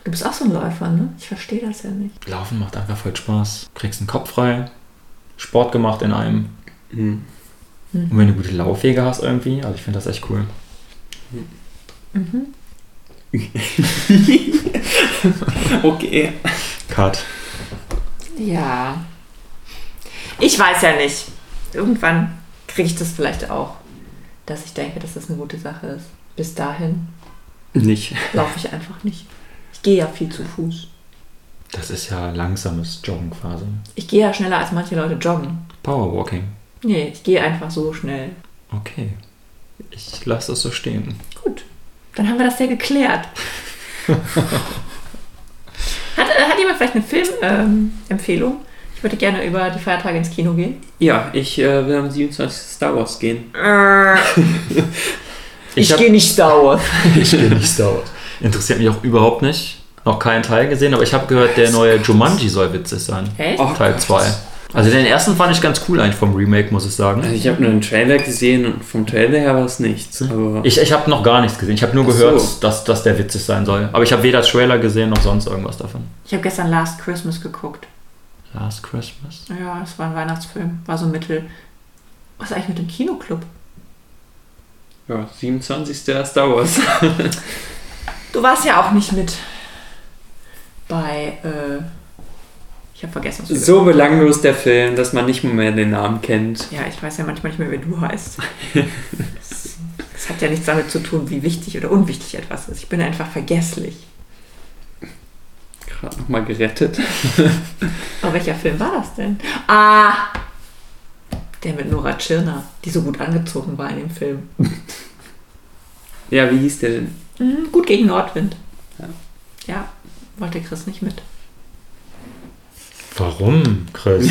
[SPEAKER 1] Du bist auch so ein Läufer, ne? Ich verstehe das ja nicht.
[SPEAKER 3] Laufen macht einfach voll Spaß. Kriegst den Kopf frei. Sport gemacht in einem.
[SPEAKER 2] Hm.
[SPEAKER 3] Und wenn du gute Laufwege hast irgendwie, also ich finde das echt cool.
[SPEAKER 2] Okay.
[SPEAKER 3] Cut.
[SPEAKER 1] Ja. Ich weiß ja nicht. Irgendwann kriege ich das vielleicht auch, dass ich denke, dass das eine gute Sache ist. Bis dahin
[SPEAKER 2] Nicht.
[SPEAKER 1] laufe ich einfach nicht. Ich gehe ja viel zu Fuß.
[SPEAKER 3] Das ist ja langsames Joggen quasi.
[SPEAKER 1] Ich gehe ja schneller als manche Leute joggen.
[SPEAKER 3] Powerwalking.
[SPEAKER 1] Nee, ich gehe einfach so schnell.
[SPEAKER 3] Okay. Ich lasse das so stehen.
[SPEAKER 1] Gut, dann haben wir das ja geklärt. hat, äh, hat jemand vielleicht eine Filmempfehlung? ich würde gerne über die Feiertage ins Kino gehen.
[SPEAKER 2] Ja, ich äh, will am 27. Star Wars gehen.
[SPEAKER 3] Ich hab-
[SPEAKER 1] gehe nicht Star Wars.
[SPEAKER 3] Ich gehe nicht Star Wars. Interessiert mich auch überhaupt nicht. Noch keinen Teil gesehen, aber ich habe gehört, der neue Jumanji soll witzig sein.
[SPEAKER 1] Echt?
[SPEAKER 2] Oh
[SPEAKER 3] Teil
[SPEAKER 2] Gott.
[SPEAKER 3] 2. Also den ersten fand ich ganz cool eigentlich vom Remake, muss ich
[SPEAKER 2] Also
[SPEAKER 3] sagen.
[SPEAKER 2] ich habe nur einen Trailer gesehen und vom Trailer her war es nichts. Aber
[SPEAKER 3] Ich, ich habe noch gar nichts gesehen. Ich habe nur
[SPEAKER 2] Ach so.
[SPEAKER 3] gehört, dass, dass der witzig sein soll. Aber ich habe weder Trailer gesehen noch sonst irgendwas davon.
[SPEAKER 1] Ich habe gestern Last Christmas geguckt.
[SPEAKER 3] Last Christmas?
[SPEAKER 1] Ja, es war ein Weihnachtsfilm. War so mittel. Was ist eigentlich mit dem Kinoclub?
[SPEAKER 2] ja, 27. Star Wars.
[SPEAKER 1] Du warst ja auch nicht mit bei. Äh, ich habe vergessen, was wir
[SPEAKER 2] So belanglos der Film, dass man nicht mal mehr den Namen kennt.
[SPEAKER 1] Ja, ich weiß ja manchmal nicht mehr, wer du heißt. Es hat ja nichts damit zu tun, wie wichtig oder unwichtig etwas ist. Ich bin einfach vergesslich.
[SPEAKER 2] Gerade nochmal gerettet.
[SPEAKER 1] Aber welcher Film war das denn? Ah! Der mit Nora Tschirner, die so gut angezogen war in dem Film.
[SPEAKER 2] Ja, wie hieß der denn?
[SPEAKER 1] Mhm, gut gegen Nordwind.
[SPEAKER 2] Ja.
[SPEAKER 1] Ja, wollte Chris nicht mit.
[SPEAKER 3] Warum, Chris?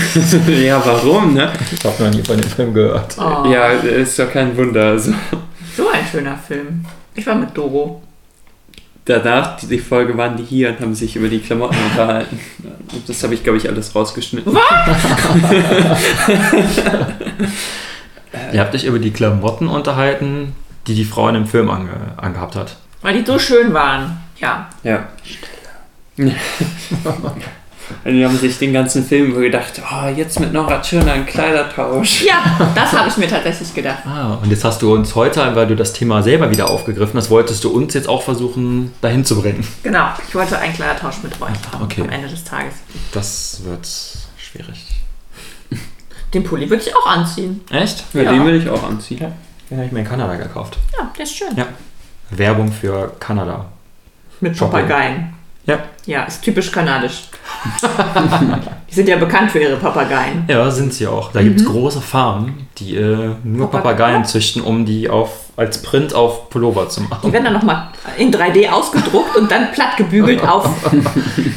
[SPEAKER 2] ja, warum, ne?
[SPEAKER 3] Ich habe noch nie von dem Film gehört.
[SPEAKER 1] Oh,
[SPEAKER 2] Ja, ist doch kein Wunder. Also,
[SPEAKER 1] So ein schöner Film. Ich war mit Doro.
[SPEAKER 2] danach, die, die Folge waren die hier und haben sich über die Klamotten unterhalten. Und Das habe ich, glaube ich, alles rausgeschnitten.
[SPEAKER 3] Ihr habt euch über die Klamotten unterhalten, die die Frau in dem Film ange angehabt hat.
[SPEAKER 1] Weil die so schön waren. Ja.
[SPEAKER 2] Ja. Und die haben sich den ganzen Film über gedacht, oh, jetzt mit Nora Tschirner ein Kleidertausch.
[SPEAKER 1] Ja, das habe ich mir tatsächlich gedacht.
[SPEAKER 3] Ah, und jetzt hast du uns heute, weil du das Thema selber wieder aufgegriffen hast, wolltest du uns jetzt auch versuchen, dahin zu bringen.
[SPEAKER 1] Genau. Ich wollte einen Kleidertausch mit euch haben
[SPEAKER 3] Okay.
[SPEAKER 1] am Ende des Tages.
[SPEAKER 3] Das wird schwierig.
[SPEAKER 1] Den Pulli würde ich auch anziehen.
[SPEAKER 3] Echt?
[SPEAKER 2] Ja,
[SPEAKER 1] Ja.
[SPEAKER 2] den will ich auch anziehen.
[SPEAKER 3] Den habe ich mir in Kanada gekauft.
[SPEAKER 1] Ja, der ist schön.
[SPEAKER 3] Ja. Werbung für Kanada.
[SPEAKER 1] Mit
[SPEAKER 3] Shopping.
[SPEAKER 1] Papageien.
[SPEAKER 3] Ja.
[SPEAKER 1] Ja, ist typisch kanadisch. die sind ja bekannt für ihre Papageien.
[SPEAKER 3] Ja, sind sie auch. Da gibt es große Farmen, die äh, nur
[SPEAKER 1] Papag-
[SPEAKER 3] Papageien züchten, um die auf als Print auf Pullover zu machen.
[SPEAKER 1] Die werden dann nochmal in 3D ausgedruckt und dann platt gebügelt auf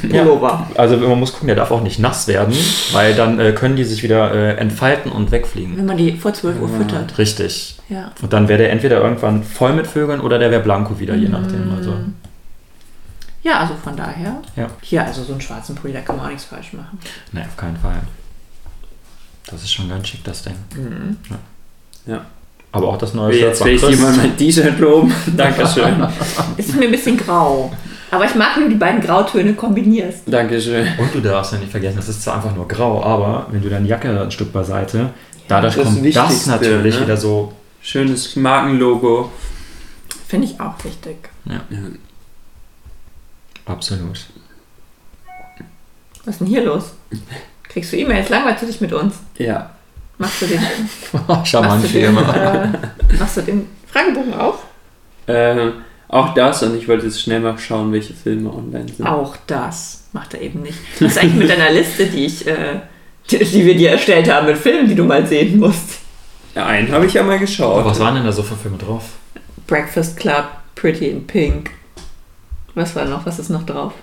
[SPEAKER 1] Pullover.
[SPEAKER 3] Also man muss gucken, der darf auch nicht nass werden, weil dann äh, können die sich wieder äh, entfalten und wegfliegen.
[SPEAKER 1] Wenn man die vor 12 Uhr füttert.
[SPEAKER 3] Richtig.
[SPEAKER 1] Ja.
[SPEAKER 3] Und dann wäre der entweder irgendwann voll mit Vögeln oder der wäre blanco wieder, je nachdem. Also,
[SPEAKER 1] Mhm. ja, also von daher.
[SPEAKER 3] ja.
[SPEAKER 1] Hier, also so einen schwarzen Pulli, da kann man auch nichts falsch machen.
[SPEAKER 3] Nee, ne, auf keinen Fall. Das ist schon ganz schick, das Ding. Ja.
[SPEAKER 2] Ja.
[SPEAKER 3] Aber auch das neue
[SPEAKER 2] Jetzt
[SPEAKER 3] von
[SPEAKER 2] will ich
[SPEAKER 3] Chris.
[SPEAKER 2] jemand mein T-Shirt loben. Dankeschön.
[SPEAKER 1] Es ist mir ein bisschen grau. Aber ich mag, wie du die beiden Grautöne kombinierst.
[SPEAKER 2] Dankeschön.
[SPEAKER 3] Und du darfst ja nicht vergessen, das ist zwar einfach nur grau, aber wenn du deine Jacke ein Stück beiseite, dadurch
[SPEAKER 2] das
[SPEAKER 3] kommt das
[SPEAKER 2] Wichtigste,
[SPEAKER 3] natürlich
[SPEAKER 2] ne?
[SPEAKER 3] wieder so.
[SPEAKER 2] Schönes Markenlogo.
[SPEAKER 1] Finde ich auch wichtig.
[SPEAKER 3] Absolut.
[SPEAKER 1] Was ist denn hier los? Kriegst du E-Mails? Langweilst du dich mit uns?
[SPEAKER 2] Ja.
[SPEAKER 1] Machst du den,
[SPEAKER 3] Charmant
[SPEAKER 1] machst du
[SPEAKER 3] wie
[SPEAKER 1] den,
[SPEAKER 3] immer.
[SPEAKER 1] äh, machst du den Fragebogen auf?
[SPEAKER 2] Ähm, auch das, und ich wollte jetzt schnell mal schauen, welche Filme online sind.
[SPEAKER 1] Auch das macht er eben nicht. Was ist eigentlich mit deiner Liste, die ich, äh, die, die wir dir erstellt haben mit Filmen, die du mal sehen musst?
[SPEAKER 2] Ja, einen habe ich ja mal geschaut.
[SPEAKER 3] Was waren denn da so für Filme drauf?
[SPEAKER 1] Breakfast Club, Pretty in Pink. Was war noch? Was ist noch drauf?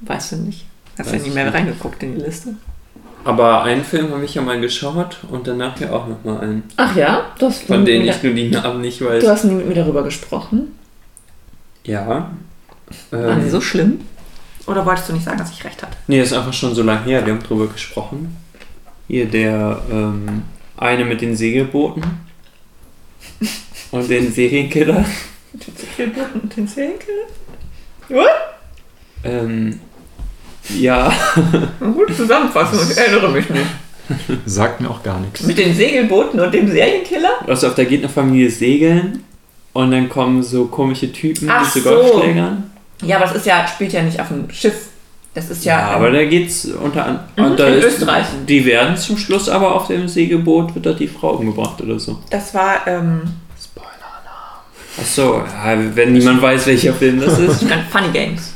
[SPEAKER 1] Weißt du nicht. Hast du
[SPEAKER 2] Weiß
[SPEAKER 1] ja nie
[SPEAKER 2] ich
[SPEAKER 1] mehr
[SPEAKER 2] nicht.
[SPEAKER 1] reingeguckt in die Liste?
[SPEAKER 2] Aber einen Film habe ich ja mal geschaut und danach ja auch nochmal einen.
[SPEAKER 1] Ach ja, du hast,
[SPEAKER 2] Von denen
[SPEAKER 1] nie,
[SPEAKER 2] ich nur die Namen nicht weiß.
[SPEAKER 1] du hast nie mit mir darüber gesprochen.
[SPEAKER 2] Ja.
[SPEAKER 1] Waren sie
[SPEAKER 2] Ähm,
[SPEAKER 1] so schlimm? Oder wolltest du nicht sagen, dass ich recht hatte?
[SPEAKER 2] nee, ist einfach schon so lange her, wir haben drüber gesprochen. Hier der ähm, eine mit den Segelbooten und den Serienkiller.
[SPEAKER 1] Den Segelboten und den Segelkill?
[SPEAKER 2] Ähm, ja,
[SPEAKER 1] Gut zusammenfassen, ich erinnere mich nicht.
[SPEAKER 3] Sagt mir auch gar nichts.
[SPEAKER 1] Mit den Segelbooten und dem Serienkiller?
[SPEAKER 2] also auf da geht eine Familie segeln und dann kommen so komische Typen
[SPEAKER 1] Ach
[SPEAKER 2] mit so
[SPEAKER 1] so.
[SPEAKER 2] Golfschlägern.
[SPEAKER 1] Ja, aber das ist ja, spielt ja nicht auf dem Schiff. Das ist ja.
[SPEAKER 2] aber da geht's unter anderem.
[SPEAKER 1] Mhm,
[SPEAKER 2] und da
[SPEAKER 1] in
[SPEAKER 2] ist,
[SPEAKER 1] Österreich.
[SPEAKER 2] Die werden zum Schluss aber auf dem Segelboot, wird da die Frau umgebracht oder so.
[SPEAKER 1] das war, ähm,
[SPEAKER 2] Achso, ja, wenn niemand weiß, welcher Film das ist.
[SPEAKER 1] ich meine, Funny Games.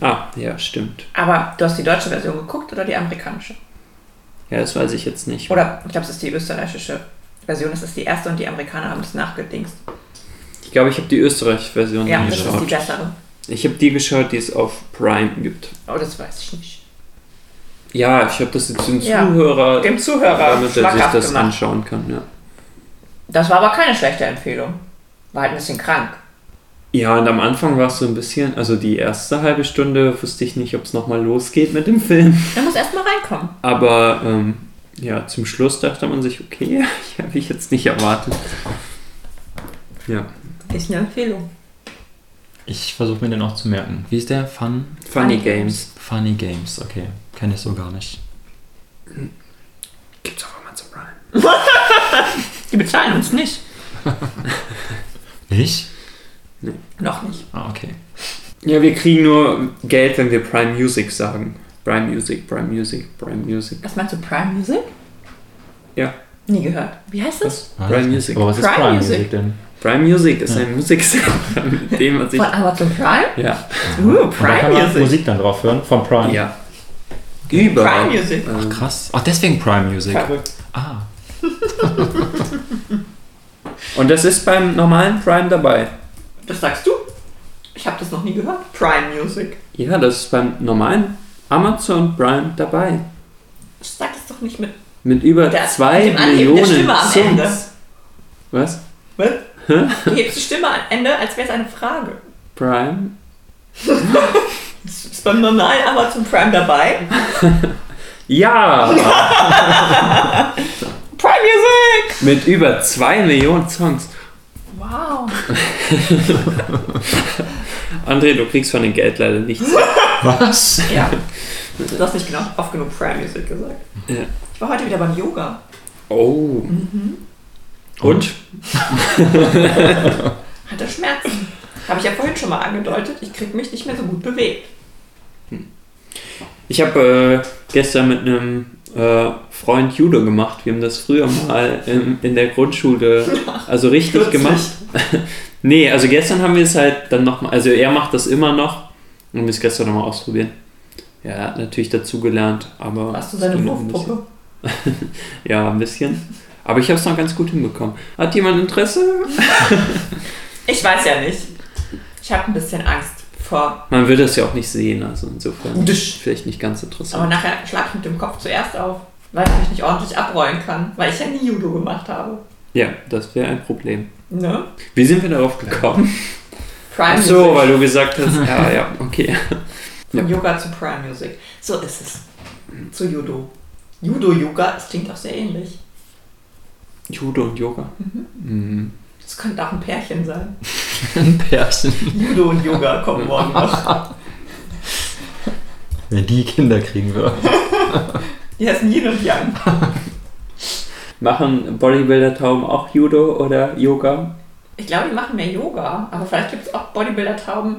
[SPEAKER 2] Ah, ja, stimmt.
[SPEAKER 1] Aber du hast die deutsche Version geguckt oder die amerikanische?
[SPEAKER 2] Ja, das weiß ich jetzt nicht.
[SPEAKER 1] Oder ich glaube, es ist die österreichische Version, das ist die erste und die Amerikaner haben das nachgedingst.
[SPEAKER 2] Ich glaube, ich habe die Österreich-Version
[SPEAKER 1] Ja, das ist die
[SPEAKER 2] geschaut.
[SPEAKER 1] bessere.
[SPEAKER 2] Ich habe die geschaut, die es auf Prime gibt.
[SPEAKER 1] Oh, das weiß ich nicht.
[SPEAKER 2] Ja, ich habe das jetzt dem
[SPEAKER 1] Ja,
[SPEAKER 2] Zuhörer,
[SPEAKER 1] Dem Zuhörer
[SPEAKER 2] damit er sich
[SPEAKER 1] schmackhaft
[SPEAKER 2] das
[SPEAKER 1] gemacht.
[SPEAKER 2] anschauen kann. Ja.
[SPEAKER 1] Das war aber keine schlechte Empfehlung. War halt ein bisschen krank.
[SPEAKER 2] ja, und am Anfang war es so ein bisschen, also die erste halbe Stunde wusste ich nicht, ob es nochmal losgeht mit dem Film.
[SPEAKER 1] Er muss erstmal reinkommen.
[SPEAKER 2] Aber ähm, ja, zum Schluss dachte man sich, okay, ich habe ich jetzt nicht erwartet. Ja,
[SPEAKER 1] Ist eine Empfehlung.
[SPEAKER 3] Ich versuche mir den auch zu merken. Wie ist der? Fun?
[SPEAKER 2] Funny,
[SPEAKER 1] Funny
[SPEAKER 2] Games.
[SPEAKER 3] Funny Games. Okay, kenne ich so gar nicht.
[SPEAKER 2] Gibt's auch immer zum Prime.
[SPEAKER 1] Die bezahlen uns nicht.
[SPEAKER 3] Nicht?
[SPEAKER 1] Noch nicht.
[SPEAKER 3] Ah, okay.
[SPEAKER 2] Ja, wir kriegen nur Geld, wenn wir Prime Music sagen. Prime Music, Prime Music, Prime Music.
[SPEAKER 1] Was meinst du, Prime Music?
[SPEAKER 2] Ja.
[SPEAKER 1] Nie gehört. Wie heißt das?
[SPEAKER 2] Was?
[SPEAKER 3] Weiß
[SPEAKER 2] Prime
[SPEAKER 3] ich nicht.
[SPEAKER 2] Music.
[SPEAKER 3] Aber was ist
[SPEAKER 1] Prime
[SPEAKER 3] Prime,
[SPEAKER 1] Music?
[SPEAKER 3] Music, denn?
[SPEAKER 2] Prime Music ist ein Musiksender, mit dem man sich.
[SPEAKER 1] Von Amazon Prime?
[SPEAKER 2] Ja,
[SPEAKER 1] Uh,
[SPEAKER 3] Und da kann
[SPEAKER 1] Prime
[SPEAKER 3] man
[SPEAKER 1] Music.
[SPEAKER 3] Musik dann drauf hören von Prime.
[SPEAKER 2] ja. Überall.
[SPEAKER 1] Prime Music.
[SPEAKER 2] Ähm,
[SPEAKER 3] Krass. Ach, deswegen Prime Music.
[SPEAKER 1] Verrückt.
[SPEAKER 3] Ah.
[SPEAKER 2] und das ist beim normalen Prime dabei.
[SPEAKER 1] Das sagst du? Ich habe das noch nie gehört. Prime Music.
[SPEAKER 2] Ja, das ist beim normalen Amazon Prime dabei.
[SPEAKER 1] Sag das doch nicht mit.
[SPEAKER 2] Mit über
[SPEAKER 1] Der-
[SPEAKER 2] 2
[SPEAKER 1] mit dem Anheben der
[SPEAKER 2] Millionen
[SPEAKER 1] Stimme am Ende.
[SPEAKER 2] Songs. Was?
[SPEAKER 1] Was? Du hebst die Stimme am Ende, als wäre es eine Frage.
[SPEAKER 2] Prime?
[SPEAKER 1] Das ist beim normalen Amazon Prime dabei.
[SPEAKER 2] Ja!
[SPEAKER 1] Prime Music!
[SPEAKER 2] mit über 2 Millionen Songs.
[SPEAKER 1] Wow.
[SPEAKER 2] André, du kriegst von dem Geld leider nichts.
[SPEAKER 3] Was?
[SPEAKER 1] Ja. Du hast nicht genau, oft genug Prime Music gesagt.
[SPEAKER 2] Ja.
[SPEAKER 1] Ich war heute wieder beim Yoga.
[SPEAKER 2] Oh.
[SPEAKER 1] Mhm.
[SPEAKER 2] Und?
[SPEAKER 1] Hatte Schmerzen. Habe ich ja vorhin schon mal angedeutet. Ich krieg mich nicht mehr so gut bewegt.
[SPEAKER 2] Ich habe äh, gestern mit einem äh, Freund Judo gemacht. Wir haben das früher mal im, in der Grundschule also richtig
[SPEAKER 1] Kürzlich.
[SPEAKER 2] gemacht. nee, also gestern haben wir es halt dann nochmal, also er macht das immer noch und wir es gestern nochmal ausprobieren. Ja, er hat natürlich dazugelernt, aber.
[SPEAKER 1] Warst du seine
[SPEAKER 2] es ging noch ein bisschen.
[SPEAKER 1] Wurfpuppe?
[SPEAKER 2] Ja, ein bisschen. Aber ich habe es noch ganz gut hinbekommen. Hat jemand Interesse?
[SPEAKER 1] Ich weiß ja nicht. Ich habe ein bisschen Angst vor.
[SPEAKER 2] Man will das ja auch nicht sehen, also insofern
[SPEAKER 1] Disch.
[SPEAKER 2] vielleicht nicht ganz
[SPEAKER 1] Aber
[SPEAKER 2] interessant.
[SPEAKER 1] nachher schlage ich mit dem Kopf zuerst auf, weil ich mich nicht ordentlich abrollen kann, weil ich ja nie Judo gemacht habe.
[SPEAKER 2] Ja, das wäre ein Problem.
[SPEAKER 1] Ne?
[SPEAKER 2] Wie sind wir darauf gekommen?
[SPEAKER 1] Prime
[SPEAKER 2] Ach so,
[SPEAKER 1] Music.
[SPEAKER 2] weil du gesagt hast, ja, ja, okay.
[SPEAKER 1] Von Yoga zu Prime Music. So ist es. Zu Judo. Judo-Yoga, es klingt auch sehr ähnlich.
[SPEAKER 2] Judo und Yoga. Mhm.
[SPEAKER 1] Das könnte auch ein Pärchen sein.
[SPEAKER 3] Ein Pärchen.
[SPEAKER 1] Judo und Yoga kommen morgen noch.
[SPEAKER 3] Wenn die Kinder kriegen wir.
[SPEAKER 1] Hier ist ein Yin und Yang.
[SPEAKER 2] Machen Bodybuilder Tauben auch Judo oder Yoga?
[SPEAKER 1] Ich glaube, die machen mehr Yoga, aber vielleicht gibt es auch Bodybuilder-Tauben,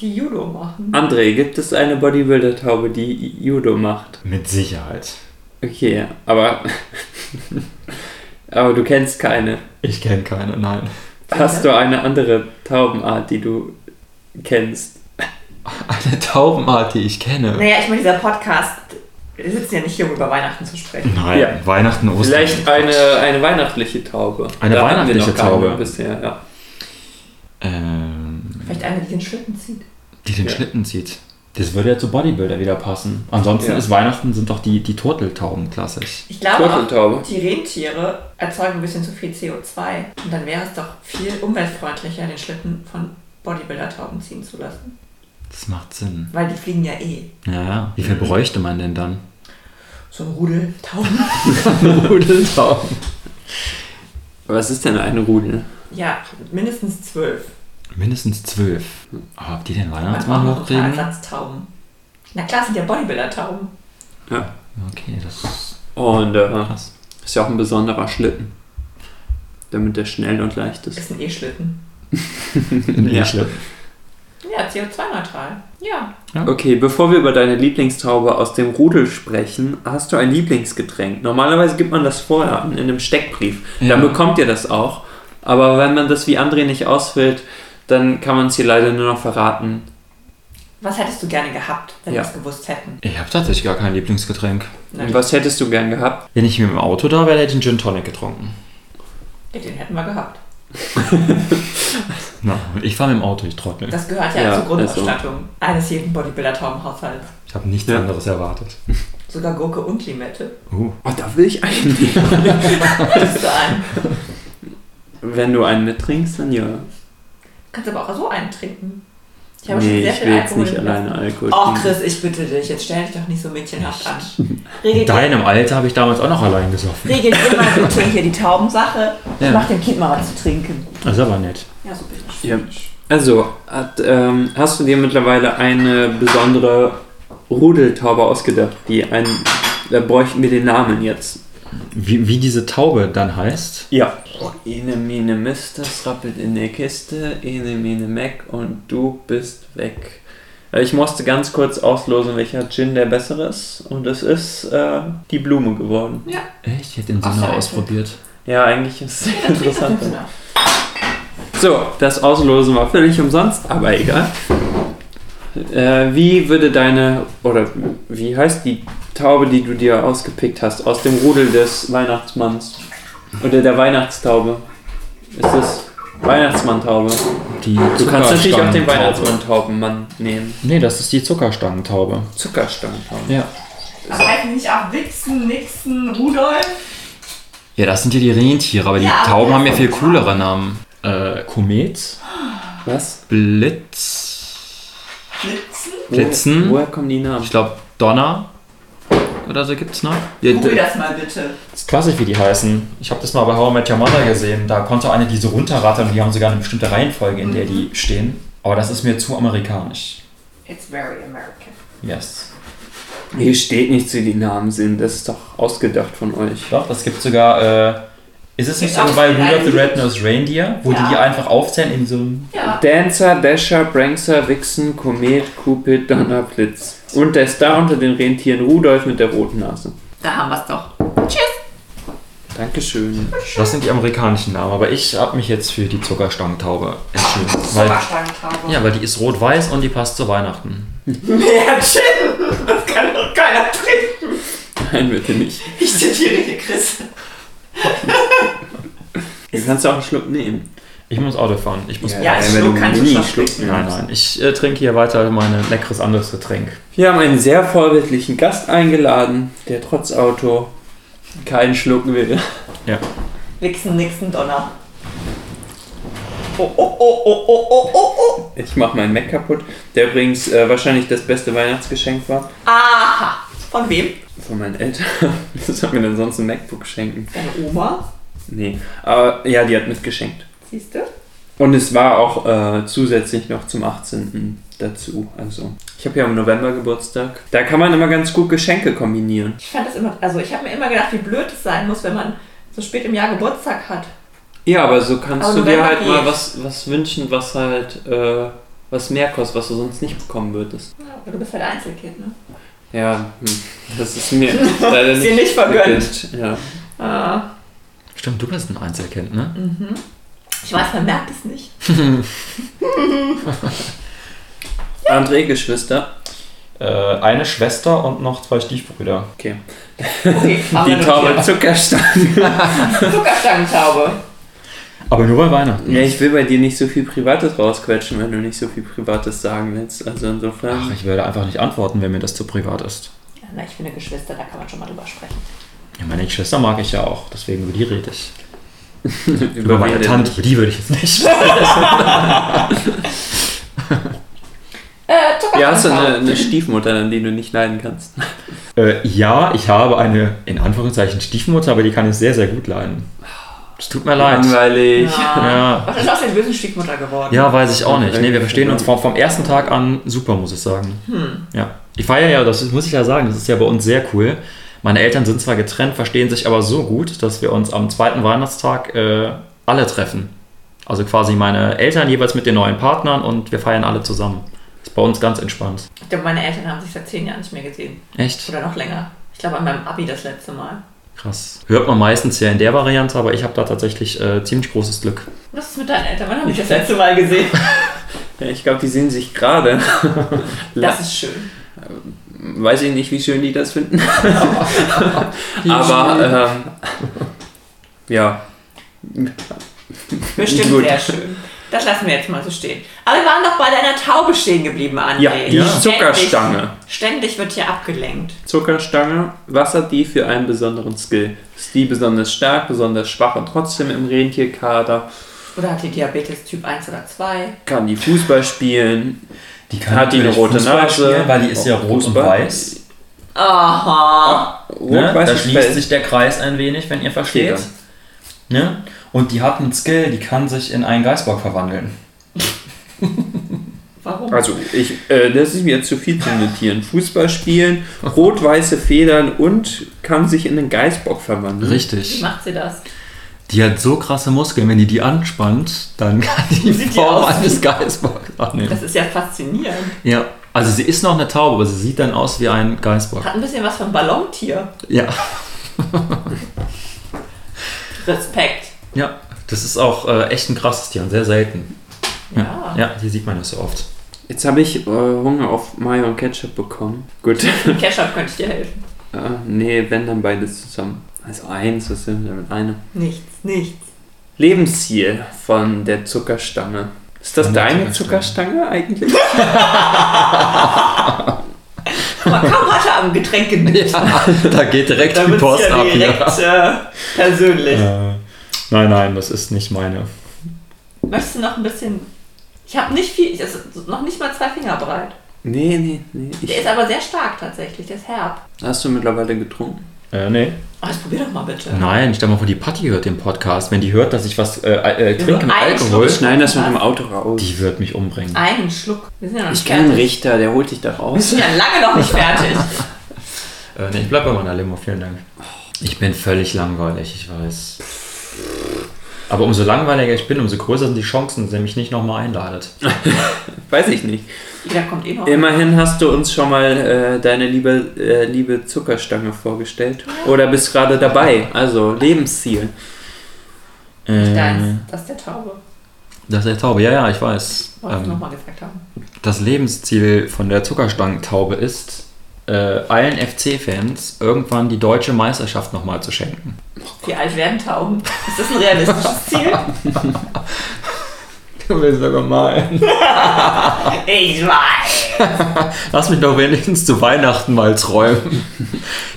[SPEAKER 1] die Judo machen.
[SPEAKER 2] André, gibt es eine Bodybuilder Taube, die Judo macht?
[SPEAKER 3] Mit Sicherheit.
[SPEAKER 2] Okay, aber aber du kennst keine.
[SPEAKER 3] Ich kenne keine, nein.
[SPEAKER 2] Hast du eine andere Taubenart, die du kennst?
[SPEAKER 3] Eine Taubenart, die ich kenne.
[SPEAKER 1] Naja, ich meine, dieser Podcast, wir sitzen ja nicht hier, um über Weihnachten zu sprechen.
[SPEAKER 3] Nein,
[SPEAKER 2] Ja.
[SPEAKER 3] Weihnachten, Ostern.
[SPEAKER 2] Vielleicht eine, eine weihnachtliche Taube.
[SPEAKER 3] Eine
[SPEAKER 2] Da hatten wir
[SPEAKER 3] weihnachtliche
[SPEAKER 2] noch keine
[SPEAKER 3] Taube.
[SPEAKER 2] Bisher, ja.
[SPEAKER 3] Ähm,
[SPEAKER 1] Vielleicht eine, die den Schlitten zieht.
[SPEAKER 3] die den
[SPEAKER 2] Ja.
[SPEAKER 3] Schlitten zieht. Das würde ja zu Bodybuilder wieder passen. Ansonsten
[SPEAKER 2] Ja.
[SPEAKER 3] ist Weihnachten sind doch die, die Turteltauben klassisch.
[SPEAKER 1] Ich glaube, auch,
[SPEAKER 2] Turteltaube.
[SPEAKER 1] die Rentiere erzeugen ein bisschen zu viel CO2. Und dann wäre es doch viel umweltfreundlicher, den Schlitten von Bodybuilder-Tauben ziehen zu lassen.
[SPEAKER 3] Das macht Sinn.
[SPEAKER 1] Weil die fliegen ja eh.
[SPEAKER 3] Ja, Mhm. ja. Wie viel bräuchte man denn dann?
[SPEAKER 1] So ein Rudel Tauben.
[SPEAKER 3] Rudeltauben.
[SPEAKER 2] Was ist denn eine Rudel?
[SPEAKER 1] ja, mindestens zwölf.
[SPEAKER 3] Mindestens zwölf. Aber ob die den Weihnachtsmann
[SPEAKER 1] Man braucht noch ein paar
[SPEAKER 3] hochkriegen?
[SPEAKER 1] Ersatztauben. Na klar, es sind ja Bodybuilder-Tauben.
[SPEAKER 3] Okay, das ist
[SPEAKER 2] Und äh,
[SPEAKER 3] krass.
[SPEAKER 2] ist ja auch ein besonderer Schlitten. Damit der schnell und leicht ist.
[SPEAKER 1] Ist ein E-Schlitten.
[SPEAKER 2] Ja.
[SPEAKER 1] Ja, CO2-neutral. Ja.
[SPEAKER 2] Okay, bevor wir über deine Lieblingstaube aus dem Rudel sprechen, hast du ein Lieblingsgetränk. Normalerweise gibt man das vorher an, in einem Steckbrief.
[SPEAKER 3] Ja.
[SPEAKER 2] Dann bekommt ihr das auch. Aber wenn man das wie André nicht ausfüllt, dann kann man es hier leider nur noch verraten.
[SPEAKER 1] Was hättest du gerne gehabt, wenn
[SPEAKER 2] Ja.
[SPEAKER 1] wir es gewusst hätten?
[SPEAKER 3] Ich habe tatsächlich gar kein Lieblingsgetränk.
[SPEAKER 1] Na,
[SPEAKER 2] Was hättest du gern gehabt?
[SPEAKER 3] Wenn ich mit dem Auto da wäre, hätte ich einen Gin Tonic getrunken.
[SPEAKER 1] Den hätten wir gehabt.
[SPEAKER 3] Na, ich fahre mit dem Auto, ich trottel.
[SPEAKER 1] Das gehört ja, also.
[SPEAKER 2] Ja,
[SPEAKER 1] zur Grundausstattung eines jeden Bodybuilder-Taubenhaushalts.
[SPEAKER 3] Ich habe nichts
[SPEAKER 2] Ja.
[SPEAKER 3] anderes erwartet.
[SPEAKER 1] Sogar Gurke und Limette.
[SPEAKER 3] Uh.
[SPEAKER 2] Oh, da will ich einen nehmen.
[SPEAKER 1] Kriegst du einen.
[SPEAKER 2] Wenn du einen mittrinkst, dann ja.
[SPEAKER 1] Kannst aber auch so einen trinken. Ich habe schon
[SPEAKER 2] Nee,
[SPEAKER 1] sehr
[SPEAKER 2] ich
[SPEAKER 1] viel
[SPEAKER 2] will jetzt
[SPEAKER 1] Alkohol
[SPEAKER 2] nicht
[SPEAKER 1] im
[SPEAKER 2] alleine Alkohol
[SPEAKER 1] Glas. Och,
[SPEAKER 2] trinken.
[SPEAKER 1] Chris, ich bitte dich, jetzt stell dich doch nicht so mädchenhaft an.
[SPEAKER 3] In
[SPEAKER 1] Regelt ihr,
[SPEAKER 3] deinem Alter habe ich damals auch noch allein gesoffen.
[SPEAKER 1] regelt ihr mal bitte hier die Taubensache.
[SPEAKER 3] Ja.
[SPEAKER 1] Ich mach dem Kind mal was zu trinken.
[SPEAKER 3] Das ist aber nett.
[SPEAKER 1] Ja, so bin ich.
[SPEAKER 2] Ja. Also, hat, ähm, hast du dir mittlerweile eine besondere Rudeltaube ausgedacht, die ein. Da bräuchten wir den Namen jetzt.
[SPEAKER 3] Wie, wie diese Taube dann heißt?
[SPEAKER 2] Ja. Oh, Ene mine Mist, das rappelt in der Kiste, ene mine Mac und du bist weg. Äh, Ich musste ganz kurz auslosen, welcher Gin der bessere ist und es ist äh, die Blume geworden.
[SPEAKER 3] Echt? Ich hätte den
[SPEAKER 1] Ach,
[SPEAKER 3] Sinne
[SPEAKER 1] sehr
[SPEAKER 3] ausprobiert.
[SPEAKER 2] Ja, eigentlich ist es sehr interessant.
[SPEAKER 1] Ja.
[SPEAKER 2] So, das Auslosen war völlig umsonst, aber egal. Äh, wie würde deine, oder wie heißt die Taube, die du dir ausgepickt hast, aus dem Rudel des Weihnachtsmanns? Oder der Weihnachtstaube? Ist es Weihnachtsmann-Taube?
[SPEAKER 3] Die
[SPEAKER 2] Du kannst natürlich auch den Weihnachtsmann-Taubenmann nehmen.
[SPEAKER 3] Nee, das ist die Zuckerstangentaube.
[SPEAKER 2] Zuckerstangentaube.
[SPEAKER 3] Ja.
[SPEAKER 1] Aber heißen die nicht auch Wichsen, Nixen, Rudolf?
[SPEAKER 3] Ja, das sind ja die Rentiere, aber die
[SPEAKER 1] Ja.
[SPEAKER 3] Tauben haben ja viel coolere Namen. Äh, Komet,
[SPEAKER 2] Was?
[SPEAKER 3] Blitz,
[SPEAKER 1] Blitzen?
[SPEAKER 3] Blitzen.
[SPEAKER 2] Woher, woher kommen die Namen?
[SPEAKER 3] ich glaube Donner oder so gibt's noch.
[SPEAKER 1] Google das mal bitte.
[SPEAKER 3] Das ist klassisch, wie die heißen. Ich habe das mal bei How I Met Your Mother gesehen. Da konnte eine diese runterrattern und die haben sogar eine bestimmte Reihenfolge, in der die stehen. Aber das ist mir zu amerikanisch.
[SPEAKER 1] It's very American.
[SPEAKER 3] Yes.
[SPEAKER 2] Hier steht nichts, wie die Namen sind. Das ist doch ausgedacht von euch.
[SPEAKER 3] Doch, das gibt sogar. Äh, ist es nicht
[SPEAKER 1] Gibt's
[SPEAKER 3] sogar bei
[SPEAKER 1] auch
[SPEAKER 3] Rudolph the
[SPEAKER 1] ein-
[SPEAKER 3] Red-Nosed Reindeer, wo
[SPEAKER 1] Ja.
[SPEAKER 3] die die einfach aufzählen in so einem.
[SPEAKER 1] Ja.
[SPEAKER 2] Dancer, Dasher, Prankster, Vixen, Komet, Cupid, Donner, Blitz. Und der Star unter den Rentieren Rudolf mit der roten Nase.
[SPEAKER 1] Da haben wir's doch. Tschüss.
[SPEAKER 2] Dankeschön.
[SPEAKER 3] Das sind die amerikanischen Namen, aber ich habe mich jetzt für die Zuckerstangentaube entschieden. Weil,
[SPEAKER 1] Waschstangentaube.
[SPEAKER 3] ja, weil die ist rot-weiß und die passt zu Weihnachten.
[SPEAKER 1] Mehr Gin. Das kann doch keiner trinken.
[SPEAKER 2] Nein, bitte nicht.
[SPEAKER 1] Ich zitiere hier Chris.
[SPEAKER 2] Du kannst auch einen Schluck nehmen.
[SPEAKER 3] Ich muss Auto fahren. Ich muss
[SPEAKER 1] Ja, einen
[SPEAKER 2] wenn
[SPEAKER 1] Schluck
[SPEAKER 2] du
[SPEAKER 1] kannst du
[SPEAKER 2] nie
[SPEAKER 1] schon
[SPEAKER 2] Schluck
[SPEAKER 1] trinken.
[SPEAKER 2] nimmst.
[SPEAKER 3] Nein, nein. Ich äh, trinke hier weiter mein leckeres anderes Getränk.
[SPEAKER 2] Wir haben einen sehr vorbildlichen Gast eingeladen, der trotz Auto keinen Schluck will.
[SPEAKER 1] Wichsen, nixen, Donner. Oh, oh, oh, oh, oh, oh, oh, oh.
[SPEAKER 2] Ich mache meinen Mac kaputt, der übrigens äh, wahrscheinlich das beste Weihnachtsgeschenk war
[SPEAKER 1] Aha. Von wem?
[SPEAKER 2] von meinen Eltern. Was soll mir denn sonst ein MacBook schenken?
[SPEAKER 1] Deine Oma.
[SPEAKER 2] Nee, aber ja, die hat mitgeschenkt.
[SPEAKER 1] Siehst du?
[SPEAKER 2] Und es war auch äh, zusätzlich noch zum 18. dazu. Also, ich habe ja im November Geburtstag. Da kann man immer ganz gut Geschenke kombinieren.
[SPEAKER 1] Ich fand das immer, also ich habe mir immer gedacht, wie blöd es sein muss, wenn man so spät im Jahr Geburtstag hat.
[SPEAKER 2] Ja, aber so kannst
[SPEAKER 1] Aber
[SPEAKER 2] du dir
[SPEAKER 1] November
[SPEAKER 2] halt
[SPEAKER 1] geht.
[SPEAKER 2] mal was, was wünschen, was halt äh, was mehr kostet, was du sonst nicht bekommen würdest.
[SPEAKER 1] Ja, aber du bist halt Einzelkind, ne?
[SPEAKER 2] Ja, hm, das ist mir leider
[SPEAKER 1] Ist
[SPEAKER 2] nicht,
[SPEAKER 1] dir nicht vergönnt.
[SPEAKER 2] gegönnt. Ja.
[SPEAKER 1] Ah.
[SPEAKER 3] Stimmt, du bist ein Einzelkind, ne?
[SPEAKER 1] Mhm. Ich weiß, man merkt es nicht.
[SPEAKER 2] André Geschwister,
[SPEAKER 3] Äh, eine Schwester und noch zwei Stiefbrüder.
[SPEAKER 1] Okay, aber
[SPEAKER 2] die
[SPEAKER 1] nur
[SPEAKER 2] Taube Zuckerstangen.
[SPEAKER 1] vier. Zuckerstangentaube.
[SPEAKER 3] Aber nur bei Weihnachten.
[SPEAKER 2] Ja, ich will bei dir nicht so viel Privates rausquetschen, wenn du nicht so viel Privates sagen willst. Also insofern.
[SPEAKER 3] Ach, ich werde einfach nicht antworten, wenn mir das zu privat ist.
[SPEAKER 1] Ja, na, ich finde Geschwister, da kann man schon mal drüber sprechen.
[SPEAKER 3] Ja, meine Schwester mag ich ja auch, deswegen über die rede ich.
[SPEAKER 2] Über
[SPEAKER 3] Über meine
[SPEAKER 2] wen
[SPEAKER 3] Tante, über die würde ich jetzt nicht.
[SPEAKER 1] Äh,
[SPEAKER 2] denn?
[SPEAKER 1] Zuckerstangentaube.
[SPEAKER 2] Ja, hast du eine, eine Stiefmutter, an die du nicht leiden kannst?
[SPEAKER 3] äh, ja, ich habe eine, in Anführungszeichen, Stiefmutter, aber die kann ich sehr, sehr gut leiden. Es tut mir leid.
[SPEAKER 2] Langweilig.
[SPEAKER 1] Ja.
[SPEAKER 3] Ja.
[SPEAKER 1] Was ist aus der bösen Stiefmutter geworden?
[SPEAKER 3] Ja, weiß ich auch nicht. Nee, wir verstehen uns vom, vom ersten Tag an super, muss ich sagen. Ja. Ich feiere ja, das muss ich ja sagen, das ist ja bei uns sehr cool. Meine Eltern sind zwar getrennt, verstehen sich aber so gut, dass wir uns am zweiten Weihnachtstag äh, alle treffen. Also quasi meine Eltern jeweils mit den neuen Partnern und wir feiern alle zusammen. Ist bei uns ganz entspannt.
[SPEAKER 1] Ich glaube, meine Eltern haben sich seit zehn Jahren nicht mehr gesehen.
[SPEAKER 3] Echt?
[SPEAKER 1] Oder noch länger. Ich glaube, an meinem Abi das letzte Mal.
[SPEAKER 3] Krass. Hört man meistens ja in der Variante, aber ich habe da tatsächlich äh, ziemlich großes Glück.
[SPEAKER 1] Was ist mit deinen Eltern? Wann haben ich das letzte Mal gesehen?
[SPEAKER 2] Ja, ich glaube, die sehen sich gerade.
[SPEAKER 1] Das ist schön.
[SPEAKER 2] Weiß ich nicht, wie schön die das finden. Aber ähm, ja.
[SPEAKER 1] Bestimmt
[SPEAKER 2] Gut.
[SPEAKER 1] sehr schön. Das lassen wir jetzt mal so stehen. Aber wir waren doch bei deiner Taube stehen geblieben, André.
[SPEAKER 2] Ja, die Zuckerstange.
[SPEAKER 1] Ständig, ständig wird hier abgelenkt.
[SPEAKER 2] Zuckerstange, was hat die für einen besonderen Skill? Ist die besonders stark, besonders schwach und trotzdem im Rentierkader?
[SPEAKER 1] Oder hat die Diabetes Typ 1 oder 2?
[SPEAKER 2] Kann die Fußball spielen?
[SPEAKER 3] Die
[SPEAKER 2] kann Hat die eine natürlich rote Fußball Nase? spielen, weil die ist ja rot und Fußball? weiß.
[SPEAKER 1] Aha.
[SPEAKER 2] Rot,
[SPEAKER 3] Ne?
[SPEAKER 2] weiß
[SPEAKER 3] Da
[SPEAKER 2] ich
[SPEAKER 3] schließt
[SPEAKER 2] weiß.
[SPEAKER 3] sich der Kreis ein wenig, wenn ihr versteht.
[SPEAKER 2] Jeder.
[SPEAKER 3] Ne? Und die hat einen Skill, die kann sich in einen Geißbock verwandeln.
[SPEAKER 1] Warum?
[SPEAKER 2] Also, ich, äh, das ist mir jetzt zu viel zu notieren. Fußball spielen, rot-weiße Federn und kann sich in einen Geißbock verwandeln.
[SPEAKER 1] Wie
[SPEAKER 3] Mhm. Richtig.
[SPEAKER 1] macht sie das?
[SPEAKER 3] Die hat so krasse Muskeln, wenn die die anspannt, dann kann die
[SPEAKER 1] Sieht die
[SPEAKER 3] Form
[SPEAKER 1] aus?
[SPEAKER 3] eines Geißbocks annehmen.
[SPEAKER 1] Das ist ja faszinierend.
[SPEAKER 3] Ja, also sie ist noch eine Taube, aber sie sieht dann aus wie ein Geißbock.
[SPEAKER 1] Hat ein bisschen was von Ballontier.
[SPEAKER 3] Ja.
[SPEAKER 1] Respekt.
[SPEAKER 3] Ja, das ist auch äh, echt ein krasses Tier und sehr selten.
[SPEAKER 1] Ja.
[SPEAKER 3] Ja, hier sieht man das so oft.
[SPEAKER 2] Jetzt habe ich äh, Hunger auf Mayo und Ketchup bekommen. Gut.
[SPEAKER 1] Mit Ketchup könnte ich dir helfen.
[SPEAKER 2] äh, nee, wenn dann beides zusammen. Also eins, was sind denn mit einem?
[SPEAKER 1] Nichts, nichts.
[SPEAKER 2] Lebensziel von der Zuckerstange. Ist das
[SPEAKER 3] Von der
[SPEAKER 2] deine Zuckerstange,
[SPEAKER 3] Zuckerstange.
[SPEAKER 2] eigentlich?
[SPEAKER 1] Man kaum hat er am Getränk genügt.
[SPEAKER 3] Ja, da geht direkt
[SPEAKER 1] Da
[SPEAKER 3] die
[SPEAKER 1] wird's
[SPEAKER 3] Post
[SPEAKER 1] ja
[SPEAKER 3] ab
[SPEAKER 1] direkt
[SPEAKER 3] hier.
[SPEAKER 1] äh, persönlich.
[SPEAKER 3] Äh, nein, nein, das ist nicht meine.
[SPEAKER 1] Möchtest du noch ein bisschen. Ich habe nicht viel, das ist noch nicht mal zwei Finger breit.
[SPEAKER 2] Nee, nee, nee.
[SPEAKER 1] Der
[SPEAKER 2] Ich,
[SPEAKER 1] ist aber sehr stark tatsächlich, der ist herb.
[SPEAKER 2] hast du mittlerweile getrunken?
[SPEAKER 3] Äh, nee.
[SPEAKER 1] Oh, jetzt probier doch mal bitte.
[SPEAKER 3] Nein, ich stell mal vor, die Patty hört den Podcast. Wenn die hört, dass ich was äh, äh, trinke mit
[SPEAKER 1] Einen
[SPEAKER 3] Alkohol,
[SPEAKER 2] Wir schneiden das mit dem
[SPEAKER 1] Was?
[SPEAKER 2] Auto raus.
[SPEAKER 3] die wird mich umbringen.
[SPEAKER 1] Einen Schluck. Wir sind ja noch
[SPEAKER 2] Ich
[SPEAKER 1] nicht
[SPEAKER 2] kenne einen
[SPEAKER 1] fertig.
[SPEAKER 2] Richter, der holt dich da
[SPEAKER 1] Wir
[SPEAKER 2] raus.
[SPEAKER 1] sind ja lange noch nicht fertig.
[SPEAKER 3] Äh, nee, ich bleib bei meiner Limo, vielen Dank. Ich bin völlig langweilig, ich weiß. Aber umso langweiliger ich bin, umso größer sind die Chancen, dass er mich nicht nochmal einladet.
[SPEAKER 2] Weiß ich nicht.
[SPEAKER 1] Jeder kommt eh noch.
[SPEAKER 2] Immerhin hast du uns schon mal äh, deine liebe, äh, liebe Zuckerstange vorgestellt. Oder bist gerade dabei. Also, Lebensziel.
[SPEAKER 3] Äh,
[SPEAKER 1] Deins,
[SPEAKER 3] Ähm.
[SPEAKER 1] das ist der Taube.
[SPEAKER 3] das ist der Taube, ja, ja, ich weiß.
[SPEAKER 1] Wollte ich
[SPEAKER 3] Ähm,
[SPEAKER 1] nochmal gesagt haben.
[SPEAKER 3] das Lebensziel von der Zuckerstangentaube ist, äh, allen FC-Fans irgendwann die deutsche Meisterschaft nochmal zu schenken.
[SPEAKER 1] Wie alt werden Tauben? Ist das ein realistisches Ziel?
[SPEAKER 3] Du bist so gemein.
[SPEAKER 1] Ich weiß.
[SPEAKER 3] Lass mich doch wenigstens zu Weihnachten mal träumen.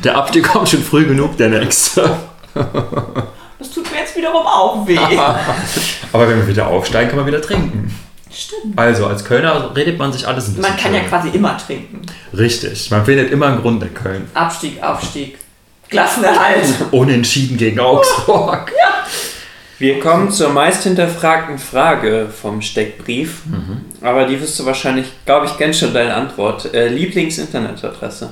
[SPEAKER 3] Der Abstieg kommt schon früh genug, der nächste.
[SPEAKER 1] Das tut mir jetzt wiederum auch weh.
[SPEAKER 3] Aber wenn wir wieder aufsteigen, kann man wieder trinken.
[SPEAKER 1] Stimmt.
[SPEAKER 3] Also, als Kölner redet man sich alles ein bisschen.
[SPEAKER 1] Man kann ja
[SPEAKER 3] schön.
[SPEAKER 1] quasi immer trinken.
[SPEAKER 3] Richtig, man findet immer einen Grund in Köln.
[SPEAKER 1] Abstieg, Aufstieg. Klassenerhalt.
[SPEAKER 3] Unentschieden gegen Augsburg.
[SPEAKER 2] Wir kommen zur meist hinterfragten Frage vom Steckbrief. Aber die wirst du wahrscheinlich, glaube ich, kennst schon deine Antwort. Äh, Lieblingsinternetadresse.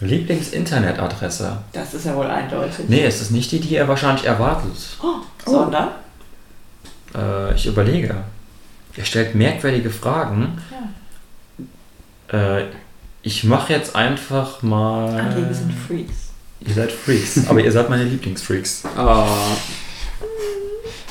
[SPEAKER 3] Lieblingsinternetadresse.
[SPEAKER 1] Das ist ja wohl eindeutig.
[SPEAKER 3] Nee, es ist nicht die, die er wahrscheinlich erwartet.
[SPEAKER 1] Oh, sondern?
[SPEAKER 3] Äh, ich überlege. Er stellt merkwürdige Fragen. Äh, ich mache jetzt einfach
[SPEAKER 2] Oh.
[SPEAKER 1] Andere
[SPEAKER 3] mal.
[SPEAKER 1] sind Freaks.
[SPEAKER 3] Ihr seid Freaks, aber ihr seid meine Lieblingsfreaks.
[SPEAKER 2] Oh,
[SPEAKER 3] Ah,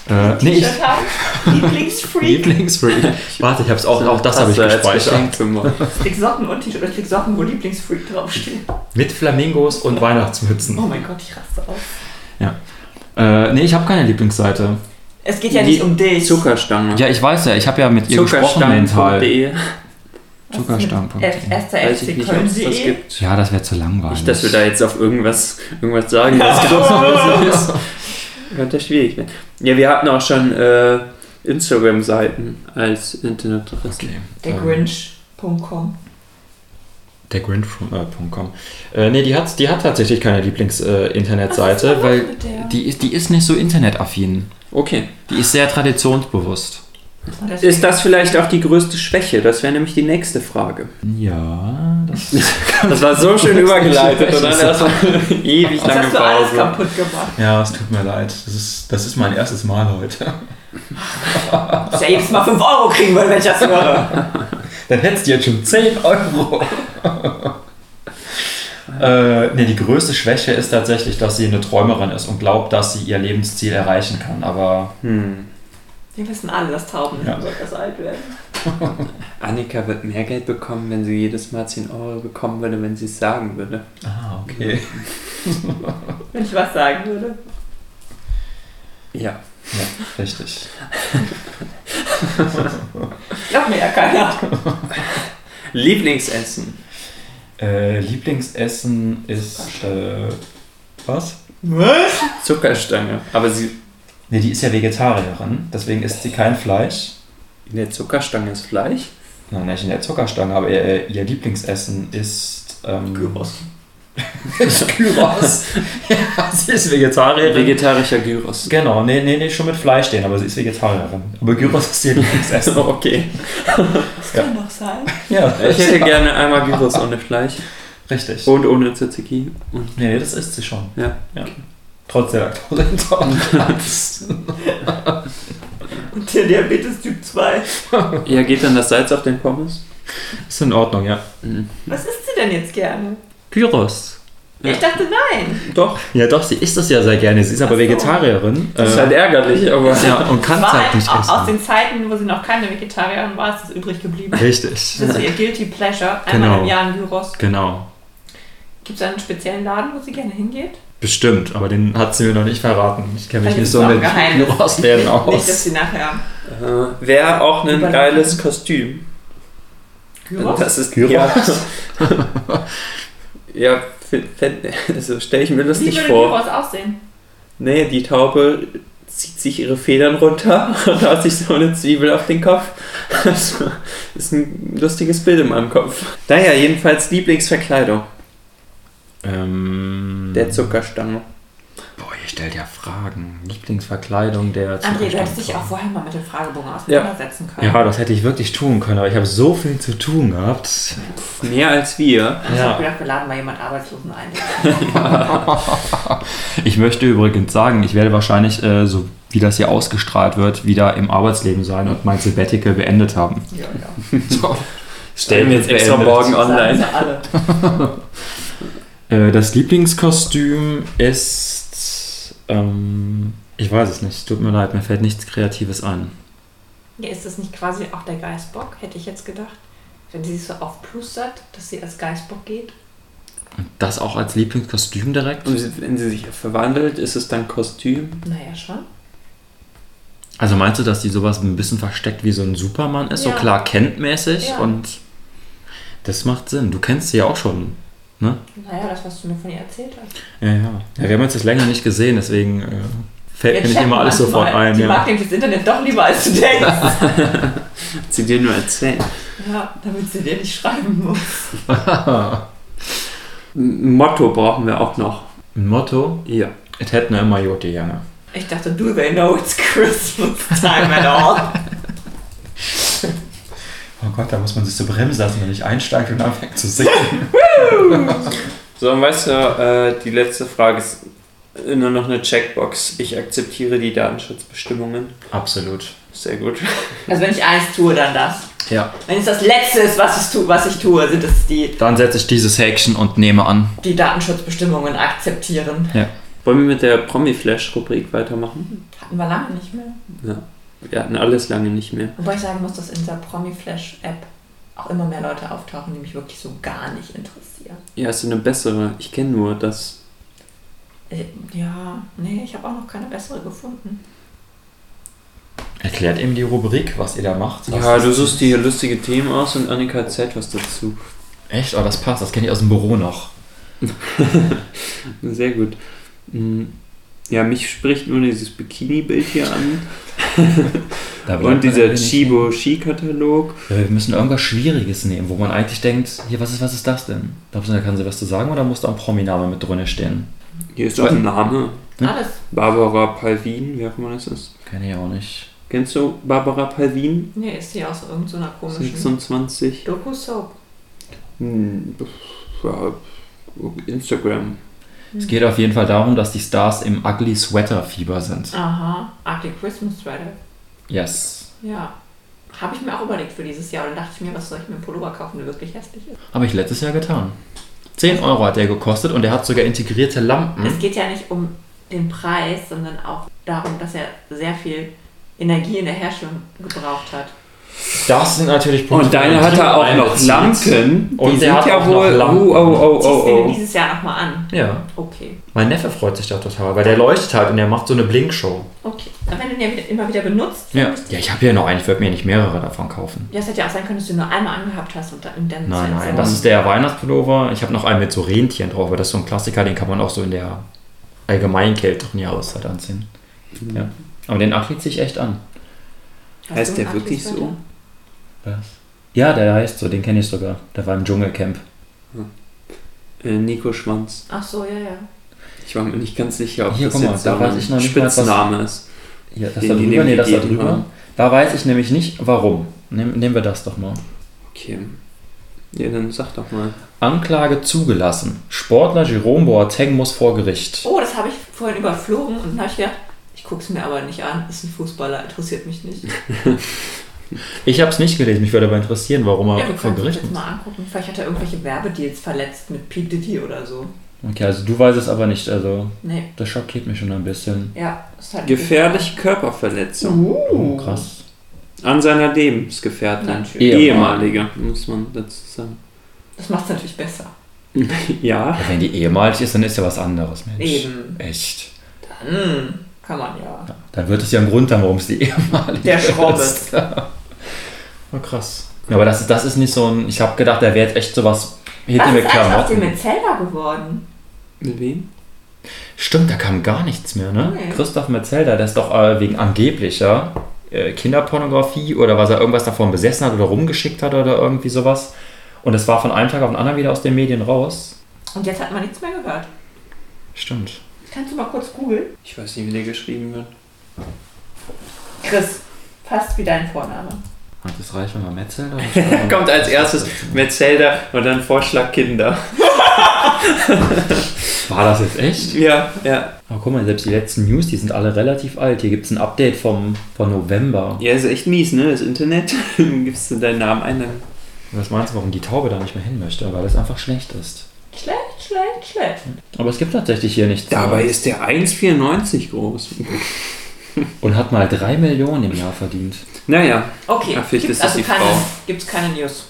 [SPEAKER 3] Äh, nee, ich.
[SPEAKER 1] T-Shirt haben? Lieblingsfreak?
[SPEAKER 3] Lieblingsfreak. Warte, ich hab's auch, auch das äh, habe ich
[SPEAKER 2] hast du als
[SPEAKER 3] gespeichert.
[SPEAKER 2] Geschenk gemacht.
[SPEAKER 1] Ich Socken und T-Shirt. Oder ich krieg Socken, wo Lieblingsfreak draufsteht.
[SPEAKER 3] Mit Flamingos und Weihnachtsmützen.
[SPEAKER 1] Oh mein Gott, ich raste auf.
[SPEAKER 3] Äh, nee, ich habe keine Lieblingsseite.
[SPEAKER 1] Es geht ja nicht um dich.
[SPEAKER 2] Zuckerstange.
[SPEAKER 3] Ja, ich weiß ja, ich habe ja mit ihr gesprochen mental.
[SPEAKER 2] Zuckerstange.de.
[SPEAKER 1] Was ist mit
[SPEAKER 3] Zuckerstampf.
[SPEAKER 1] F- Erster
[SPEAKER 2] E. Weiß
[SPEAKER 1] FC
[SPEAKER 2] ich nicht, ob es das
[SPEAKER 1] Köln.de.
[SPEAKER 2] gibt.
[SPEAKER 3] Ja, das wäre zu langweilig.
[SPEAKER 2] Äh, Nicht, dass wir da jetzt auf irgendwas, irgendwas sagen, was großartig ist. Könnte schwierig werden. Ja, wir hatten auch schon äh, Instagram-Seiten als Internetadresse.
[SPEAKER 3] Okay. Äh,
[SPEAKER 1] Der Grinch.com.
[SPEAKER 3] Der Grinch.com. Äh, nee, die hat, die hat tatsächlich keine Lieblings-Internetseite,
[SPEAKER 1] Was ist denn los
[SPEAKER 3] weil
[SPEAKER 1] mit der?
[SPEAKER 3] die, ist- die ist nicht so internetaffin.
[SPEAKER 2] okay.
[SPEAKER 3] Die ist sehr traditionsbewusst.
[SPEAKER 1] Und deswegen-
[SPEAKER 2] Ist das vielleicht auch die größte Schwäche? Das wäre nämlich die nächste Frage.
[SPEAKER 3] Ja, das
[SPEAKER 2] Das war so schön übergeleitet und dann erstmal ewig
[SPEAKER 1] Das
[SPEAKER 2] lange
[SPEAKER 1] hast du alles
[SPEAKER 2] Pause.
[SPEAKER 1] kaputt gemacht.
[SPEAKER 3] ja, es tut mir leid. Das ist, das ist mein erstes Mal heute.
[SPEAKER 1] Dass ich ja jedes Mal 5 Euro kriegen würde, wenn ich das höre.
[SPEAKER 3] Dann hättest du jetzt schon 10 Euro. äh, nee, die größte Schwäche ist tatsächlich, dass sie eine Träumerin ist und glaubt, dass sie ihr Lebensziel erreichen kann. Aber
[SPEAKER 2] Hm.
[SPEAKER 1] Wir wissen alle, dass Tauben nicht
[SPEAKER 3] Ja.
[SPEAKER 1] besonders alt werden.
[SPEAKER 2] Annika wird mehr Geld bekommen, wenn sie jedes Mal 10 Euro bekommen würde, wenn sie es sagen würde.
[SPEAKER 3] ah, okay.
[SPEAKER 1] Wenn ich was sagen würde.
[SPEAKER 2] Ja.
[SPEAKER 3] Ja, richtig.
[SPEAKER 1] Glaubt mir ja keiner.
[SPEAKER 2] Lieblingsessen.
[SPEAKER 3] Äh, Lieblingsessen ist äh, was?
[SPEAKER 1] Was?
[SPEAKER 2] Zuckerstange. Aber sie,
[SPEAKER 3] Ne, die ist ja Vegetarierin, deswegen isst sie kein Fleisch.
[SPEAKER 2] in der Zuckerstange ist Fleisch.
[SPEAKER 3] Nein, nicht in der Zuckerstange, aber ihr, äh, ihr Lieblingsessen ist ähm,
[SPEAKER 1] Gyros.
[SPEAKER 3] Gyros. ja, sie ist Vegetarierin.
[SPEAKER 2] Äh, Vegetarischer Gyros.
[SPEAKER 3] Genau, nee, nee, nee, schon mit Fleisch stehen, aber sie ist Vegetarierin. Aber Gyros ist ihr Lieblingsessen.
[SPEAKER 2] Also, Okay.
[SPEAKER 1] Das kann doch sein.
[SPEAKER 3] ja,
[SPEAKER 2] Ich hätte gerne einmal Gyros ohne Fleisch.
[SPEAKER 3] Richtig.
[SPEAKER 2] Und ohne Tzatziki. Und
[SPEAKER 3] Nee, nee, das isst sie schon.
[SPEAKER 2] Ja.
[SPEAKER 3] Trotz der Laktoseintoleranz.
[SPEAKER 1] Und der Diabetes Typ 2.
[SPEAKER 2] ja, geht dann das Salz auf den Pommes?
[SPEAKER 3] ist in Ordnung, ja.
[SPEAKER 2] Mhm.
[SPEAKER 1] Was isst sie denn jetzt gerne?
[SPEAKER 3] Gyros.
[SPEAKER 1] Ich dachte, nein.
[SPEAKER 2] Doch.
[SPEAKER 3] Ja, doch, sie isst das ja sehr gerne. Sie ist aber
[SPEAKER 1] Ach so.
[SPEAKER 3] Vegetarierin.
[SPEAKER 2] Das ist
[SPEAKER 3] äh,
[SPEAKER 2] halt ärgerlich, aber.
[SPEAKER 3] ja, und kann es
[SPEAKER 1] War
[SPEAKER 3] halt
[SPEAKER 1] halt
[SPEAKER 3] nicht
[SPEAKER 1] au- aus
[SPEAKER 3] essen.
[SPEAKER 1] den Zeiten, wo sie noch keine Vegetarierin war, ist es übrig geblieben.
[SPEAKER 3] Richtig.
[SPEAKER 1] Das ist ihr Guilty Pleasure. Einmal
[SPEAKER 3] Genau.
[SPEAKER 1] im Jahr ein Gyros.
[SPEAKER 3] Genau.
[SPEAKER 1] Gibt es einen speziellen Laden, wo sie gerne hingeht?
[SPEAKER 3] Bestimmt, aber den hat sie mir noch nicht verraten. Ich kenne mich
[SPEAKER 1] Vielleicht
[SPEAKER 3] nicht
[SPEAKER 1] ist
[SPEAKER 3] so
[SPEAKER 1] es auch
[SPEAKER 3] mit
[SPEAKER 1] geheim.
[SPEAKER 3] Gyrosläden
[SPEAKER 1] Nicht, dass
[SPEAKER 3] aus.
[SPEAKER 1] sie nachher
[SPEAKER 2] Äh, Wäre auch ein
[SPEAKER 1] Überlaufen.
[SPEAKER 2] geiles Kostüm.
[SPEAKER 1] Gyros.
[SPEAKER 2] Das ist
[SPEAKER 3] Gyros?
[SPEAKER 2] Ja, ja f- f- also stelle ich mir
[SPEAKER 1] Wie
[SPEAKER 2] lustig
[SPEAKER 1] würde
[SPEAKER 2] vor.
[SPEAKER 1] Gyros aussehen?
[SPEAKER 2] Nee, die Taube zieht sich ihre Federn runter und hat sich so eine Zwiebel auf den Kopf. Das ist ein lustiges Bild in meinem Kopf. Naja, jedenfalls Lieblingsverkleidung
[SPEAKER 3] Ähm,
[SPEAKER 2] der Zuckerstange.
[SPEAKER 3] Boah, ihr stellt ja Fragen. Lieblingsverkleidung der
[SPEAKER 1] André, du hättest
[SPEAKER 3] Zuckerstange.
[SPEAKER 1] dich auch vorher mal mit dem Fragebogen auseinandersetzen können.
[SPEAKER 3] Ja, das hätte ich wirklich tun können, aber ich habe so viel zu tun gehabt.
[SPEAKER 2] Mehr als wir.
[SPEAKER 1] Ich hab
[SPEAKER 3] Ja.
[SPEAKER 1] gedacht, wir laden mal jemand Arbeitslosen ein.
[SPEAKER 3] Ich möchte übrigens sagen, ich werde wahrscheinlich, äh, so wie das hier ausgestrahlt wird, wieder im Arbeitsleben sein und mein Sabbatical beendet haben. Äh,
[SPEAKER 1] Ja, ja.
[SPEAKER 3] So.
[SPEAKER 2] Stellen wir jetzt extra
[SPEAKER 3] Beendet.
[SPEAKER 2] morgen
[SPEAKER 1] Sagen
[SPEAKER 2] online.
[SPEAKER 1] sie alle.
[SPEAKER 3] Äh, das Lieblingskostüm ist. Ähm, ich weiß es nicht, tut mir leid, mir fällt nichts Kreatives ein.
[SPEAKER 1] Ja, ist das nicht quasi auch der Geistbock, hätte ich jetzt gedacht? Wenn sie sich so aufplustert, dass sie als Geistbock geht?
[SPEAKER 3] Das auch als Lieblingskostüm direkt?
[SPEAKER 2] Und sie- wenn sie sich verwandelt, ist es dann Kostüm?
[SPEAKER 1] Naja, schon.
[SPEAKER 3] Also meinst du, dass die sowas ein bisschen versteckt wie so ein Superman ist?
[SPEAKER 1] Ja.
[SPEAKER 3] So klar kenntmäßig
[SPEAKER 1] Ja.
[SPEAKER 3] und das macht Sinn. Du kennst sie ja auch schon, ne?
[SPEAKER 1] Naja, das, was du mir von ihr erzählt hast.
[SPEAKER 3] Ja, ja. ja wir haben uns jetzt länger nicht gesehen, deswegen äh, fällt mir nicht
[SPEAKER 1] checken
[SPEAKER 3] immer alles
[SPEAKER 1] manchmal.
[SPEAKER 3] sofort ein.
[SPEAKER 1] Die
[SPEAKER 3] Ja.
[SPEAKER 1] mag nämlich das Internet doch lieber, als du denkst.
[SPEAKER 2] Hat sie dir nur erzählt.
[SPEAKER 1] ja, damit sie dir nicht schreiben muss.
[SPEAKER 2] Ein Motto brauchen wir auch noch.
[SPEAKER 3] Ein Motto,
[SPEAKER 2] Ja.
[SPEAKER 3] it had no Majote, Janne.
[SPEAKER 1] Ich dachte, do they know it's Christmas time at all?
[SPEAKER 3] Oh Gott, da muss man sich so bremsen lassen, wenn ich einsteige und anfängt zu singen.
[SPEAKER 2] So, und weißt du, äh, die letzte Frage ist nur noch eine Checkbox. Ich akzeptiere die Datenschutzbestimmungen.
[SPEAKER 3] Absolut.
[SPEAKER 2] Sehr gut.
[SPEAKER 1] also wenn ich eins tue, dann das.
[SPEAKER 3] Ja.
[SPEAKER 1] Wenn es das Letzte ist, was ich tue, was ich tue sind es die,
[SPEAKER 3] Dann setze ich dieses Häkchen und nehme an.
[SPEAKER 1] die Datenschutzbestimmungen akzeptieren.
[SPEAKER 2] Wollen wir mit der Promi-Flash-Rubrik weitermachen?
[SPEAKER 1] Hatten wir lange nicht mehr.
[SPEAKER 2] Wir hatten alles lange nicht mehr.
[SPEAKER 1] Wobei ich sagen muss, dass in dieser Promi-Flash-App auch immer mehr Leute auftauchen, die mich wirklich so gar nicht interessieren.
[SPEAKER 2] Ja, ist so eine bessere. Ich kenne nur das.
[SPEAKER 1] Äh, Ja, nee, ich habe auch noch keine bessere gefunden.
[SPEAKER 3] Erklärt eben die Rubrik, was ihr da macht.
[SPEAKER 2] Ja,
[SPEAKER 3] Das
[SPEAKER 2] du
[SPEAKER 3] ist-
[SPEAKER 2] suchst dir hier lustige Themen aus und Annika erzählt was dazu.
[SPEAKER 3] Echt? Oh, das passt. Das kenne ich aus dem Büro noch.
[SPEAKER 2] Sehr gut. Hm, Ja, mich spricht nur dieses Bikini-Bild hier an
[SPEAKER 3] Da bleibt man
[SPEAKER 2] und dieser
[SPEAKER 3] ein wenig-
[SPEAKER 2] Chibo-Ski-Katalog.
[SPEAKER 3] Ja, Äh, Wir müssen irgendwas Schwieriges nehmen, wo man eigentlich denkt, hier, was ist, was ist das denn? Glaubst du, da kann Silvester sagen oder muss da ein Prominame mit drinne stehen?
[SPEAKER 2] Hier ist auch ein Name.
[SPEAKER 3] Hm?
[SPEAKER 1] Alles.
[SPEAKER 2] Barbara Palvin, wer auch immer das ist.
[SPEAKER 3] Kenne ich auch nicht.
[SPEAKER 2] Kennst du Barbara Palvin?
[SPEAKER 1] Nee, ist die aus irgendeiner komischen
[SPEAKER 2] 26.
[SPEAKER 1] Doku-Soap.
[SPEAKER 2] Hm, ja, Instagram.
[SPEAKER 3] Es geht auf jeden Fall darum, dass die Stars im Ugly Sweater Fieber sind.
[SPEAKER 1] Aha, Ugly Christmas Thread.
[SPEAKER 3] Yes.
[SPEAKER 1] Ja. Habe ich mir auch überlegt für dieses Jahr und dachte ich mir, was soll ich mir einen Pullover kaufen, der wirklich hässlich ist.
[SPEAKER 3] Habe ich letztes Jahr getan. 10 Euro hat der gekostet und der hat sogar integrierte
[SPEAKER 2] Hm?
[SPEAKER 3] Lampen.
[SPEAKER 1] Es geht ja nicht um den Preis, sondern auch darum, dass er sehr viel Energie in der Herstellung gebraucht hat.
[SPEAKER 3] Das sind natürlich
[SPEAKER 2] Und deine hat er auch noch Lampen.
[SPEAKER 3] Und
[SPEAKER 2] die
[SPEAKER 3] der
[SPEAKER 2] sind
[SPEAKER 3] hat
[SPEAKER 2] ja
[SPEAKER 3] auch noch
[SPEAKER 2] wohl.
[SPEAKER 3] Lampen.
[SPEAKER 2] Oh, oh,
[SPEAKER 1] Ziehst du
[SPEAKER 2] oh, oh,
[SPEAKER 1] dir
[SPEAKER 2] oh.
[SPEAKER 1] dieses Jahr nochmal an?
[SPEAKER 3] Ja.
[SPEAKER 1] Okay.
[SPEAKER 3] Mein Neffe freut sich da total, weil der leuchtet halt und der macht so eine Blinkshow.
[SPEAKER 1] Okay. Aber wenn du den ja wieder, immer wieder benutzt,
[SPEAKER 3] Ja. Ja, ich habe ja noch einen. Ich würde mir nicht mehrere davon kaufen.
[SPEAKER 1] ja, es hätte ja auch sein können, dass du ihn nur einmal angehabt hast und dann, und dann
[SPEAKER 3] Nein,
[SPEAKER 1] zu
[SPEAKER 3] nein,
[SPEAKER 1] entsorgen.
[SPEAKER 3] das ist der Weihnachtspullover. Ich habe noch einen mit so Rentieren drauf, weil das ist so ein Klassiker, den kann man auch so in der allgemeinen kälteren Jahreszeit anziehen. Ja. Aber den achtet sich echt an.
[SPEAKER 1] Hast
[SPEAKER 2] Heißt
[SPEAKER 1] du
[SPEAKER 2] der
[SPEAKER 1] einen
[SPEAKER 2] wirklich
[SPEAKER 1] Achillesferse?
[SPEAKER 2] so?
[SPEAKER 3] Was? Ja, der heißt so, den kenne ich sogar. Der war im Dschungelcamp.
[SPEAKER 2] Äh, Nico Schwanz.
[SPEAKER 1] Ach so, ja, ja.
[SPEAKER 2] Ich war mir nicht ganz sicher, ob
[SPEAKER 3] Hier,
[SPEAKER 2] das
[SPEAKER 3] guck mal,
[SPEAKER 2] jetzt
[SPEAKER 3] da
[SPEAKER 2] so
[SPEAKER 3] weiß
[SPEAKER 2] ein
[SPEAKER 3] ich noch nicht mal, was-
[SPEAKER 2] Spitzname ist.
[SPEAKER 3] Ja, das
[SPEAKER 2] Den
[SPEAKER 3] da
[SPEAKER 2] die
[SPEAKER 3] drüber?
[SPEAKER 2] dem
[SPEAKER 3] Nee, das da
[SPEAKER 2] gegeben
[SPEAKER 3] drüber.
[SPEAKER 2] haben.
[SPEAKER 3] Da weiß ich nämlich nicht, warum. Nehm, nehmen wir das doch mal.
[SPEAKER 2] Okay. Ja, dann sag doch mal.
[SPEAKER 3] Anklage zugelassen. Sportler Jerome Boateng muss vor Gericht.
[SPEAKER 1] Oh, das habe ich vorhin überflogen und dann habe ich gedacht, ich gucke es mir aber nicht an. Ist ein Fußballer, interessiert mich nicht.
[SPEAKER 3] Ich habe es nicht gelesen. Mich würde aber interessieren, warum er
[SPEAKER 1] Ja, wir
[SPEAKER 3] vor
[SPEAKER 1] können uns
[SPEAKER 3] Gericht
[SPEAKER 1] jetzt
[SPEAKER 3] muss.
[SPEAKER 1] mal angucken. Vielleicht hat er irgendwelche Werbedeals verletzt mit P. Diddy oder so.
[SPEAKER 3] Okay, also du weißt es aber nicht. Also
[SPEAKER 1] Nee,
[SPEAKER 3] das schockiert mich schon ein bisschen.
[SPEAKER 1] ja, ist halt.
[SPEAKER 2] Gefährliche Körperverletzung
[SPEAKER 3] Oh, krass.
[SPEAKER 2] an seiner Lebensgefährtin.
[SPEAKER 1] Natürlich.
[SPEAKER 2] Ehemalige, muss man dazu sagen.
[SPEAKER 1] Das macht es natürlich besser.
[SPEAKER 2] ja.
[SPEAKER 3] Ja, wenn die ehemalig ist, dann ist ja was anderes, Mensch.
[SPEAKER 1] Eben.
[SPEAKER 3] Echt.
[SPEAKER 1] Hm, kann man ja.
[SPEAKER 3] Dann wird es ja einen Grund haben, warum es die ehemalige
[SPEAKER 1] Der Schrobbes.
[SPEAKER 3] ist. Oh, krass. Ja, aber das, ist- das ist nicht so ein. Ich habe gedacht, da wäre jetzt echt sowas hinter
[SPEAKER 1] Was
[SPEAKER 3] mir
[SPEAKER 1] ist eigentlich aus dem
[SPEAKER 3] Klamotten.
[SPEAKER 1] Metzelder geworden?
[SPEAKER 2] Mit wem?
[SPEAKER 3] Stimmt, da kam gar nichts mehr, ne?
[SPEAKER 1] Nee.
[SPEAKER 3] Christoph Metzelder, der ist doch äh, wegen angeblicher äh, Kinderpornografie oder was er irgendwas davon besessen hat oder rumgeschickt hat oder irgendwie sowas. Und es war von einem Tag auf den anderen wieder aus den Medien raus.
[SPEAKER 1] Und jetzt hat man nichts mehr gehört.
[SPEAKER 3] Stimmt.
[SPEAKER 1] Kannst du mal kurz googeln?
[SPEAKER 2] Ich weiß nicht, wie der geschrieben wird.
[SPEAKER 1] Chris, fast wie dein Vorname.
[SPEAKER 3] Hat das reicht, wenn man Metzelder
[SPEAKER 2] Kommt als erstes Metzelda und dann Vorschlag Kinder.
[SPEAKER 3] War das jetzt echt?
[SPEAKER 2] Ja, ja.
[SPEAKER 3] Aber guck mal, selbst die letzten News, die sind alle relativ alt. Hier gibt es ein Update vom, von November.
[SPEAKER 2] Ja, ist echt mies, ne? Das Internet. Gibst du deinen Namen ein, dann
[SPEAKER 3] Was meinst du, warum die Taube da nicht mehr hin möchte? Weil das einfach schlecht ist.
[SPEAKER 1] Schlecht, schlecht, schlecht.
[SPEAKER 3] Aber es gibt tatsächlich hier nichts.
[SPEAKER 2] Dabei
[SPEAKER 3] Neues.
[SPEAKER 2] ist der 1,94 groß.
[SPEAKER 3] Und hat mal 3 Millionen im Jahr verdient.
[SPEAKER 2] Naja,
[SPEAKER 1] Okay,
[SPEAKER 2] Ach, vielleicht
[SPEAKER 1] gibt's also
[SPEAKER 2] ist das die
[SPEAKER 1] keine,
[SPEAKER 2] Frau.
[SPEAKER 1] gibt's keine News.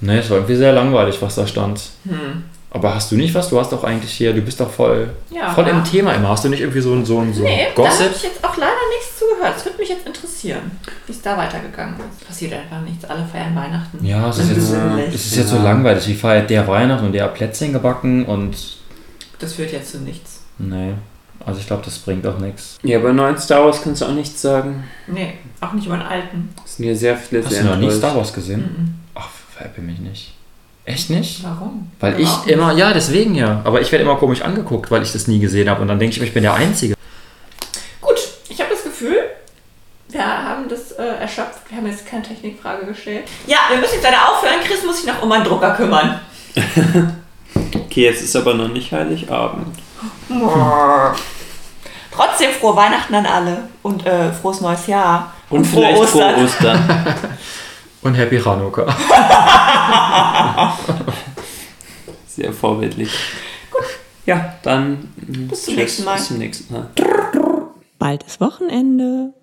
[SPEAKER 3] Ne, es war irgendwie sehr langweilig, was da stand.
[SPEAKER 1] Hm.
[SPEAKER 3] Aber hast du nicht was? Du hast doch eigentlich hier, du bist doch voll,
[SPEAKER 1] Ja.
[SPEAKER 3] voll im Thema immer. Hast du nicht irgendwie so ein, so ein, so ein
[SPEAKER 1] Nee, da habe
[SPEAKER 3] Gossip?
[SPEAKER 1] ich jetzt auch leider nichts zugehört. Es würde mich jetzt interessieren, wie es da weitergegangen ist. Passiert einfach nichts. Alle feiern Weihnachten.
[SPEAKER 3] Ja, es ist
[SPEAKER 1] Das
[SPEAKER 3] jetzt,
[SPEAKER 1] ist lästig.
[SPEAKER 3] es ist jetzt so langweilig. Wie feiert der Weihnachten und der hat Plätzchen gebacken und.
[SPEAKER 1] Das führt jetzt zu nichts.
[SPEAKER 3] Nee. Also ich glaube, das bringt auch nichts.
[SPEAKER 2] Ja, bei neuen Star Wars kannst du auch nichts sagen.
[SPEAKER 1] Nee, auch nicht über den alten.
[SPEAKER 2] Es sind hier sehr viele
[SPEAKER 3] Hast
[SPEAKER 2] sehr
[SPEAKER 3] du noch nie
[SPEAKER 2] enttäuscht.
[SPEAKER 3] Star Wars gesehen?
[SPEAKER 1] Mhm.
[SPEAKER 3] Ach, veräpple mich nicht. Echt nicht?
[SPEAKER 1] Warum?
[SPEAKER 3] Weil
[SPEAKER 1] Aber auch
[SPEAKER 3] ich immer, ja, deswegen ja. Aber ich werde immer komisch angeguckt, weil ich das nie gesehen habe. Und dann denke ich, mir, ich bin der Einzige.
[SPEAKER 1] Gut, ich habe das Gefühl, wir haben das äh, erschöpft. Wir haben jetzt keine Technikfrage gestellt. Ja, wir müssen jetzt leider aufhören. Chris muss sich noch um meinen Drucker kümmern.
[SPEAKER 2] Okay, jetzt ist aber noch nicht Heiligabend.
[SPEAKER 1] Trotzdem frohe Weihnachten an alle und äh, frohes neues Jahr.
[SPEAKER 2] Und, vielleicht frohe Ostern.
[SPEAKER 3] Und Happy Hanukkah.
[SPEAKER 2] Sehr vorbildlich. Gut. Ja, dann.
[SPEAKER 1] Bis zum
[SPEAKER 2] tschüss.
[SPEAKER 1] nächsten Mal.
[SPEAKER 2] Bis zum nächsten Mal.
[SPEAKER 1] Bald ist Wochenende.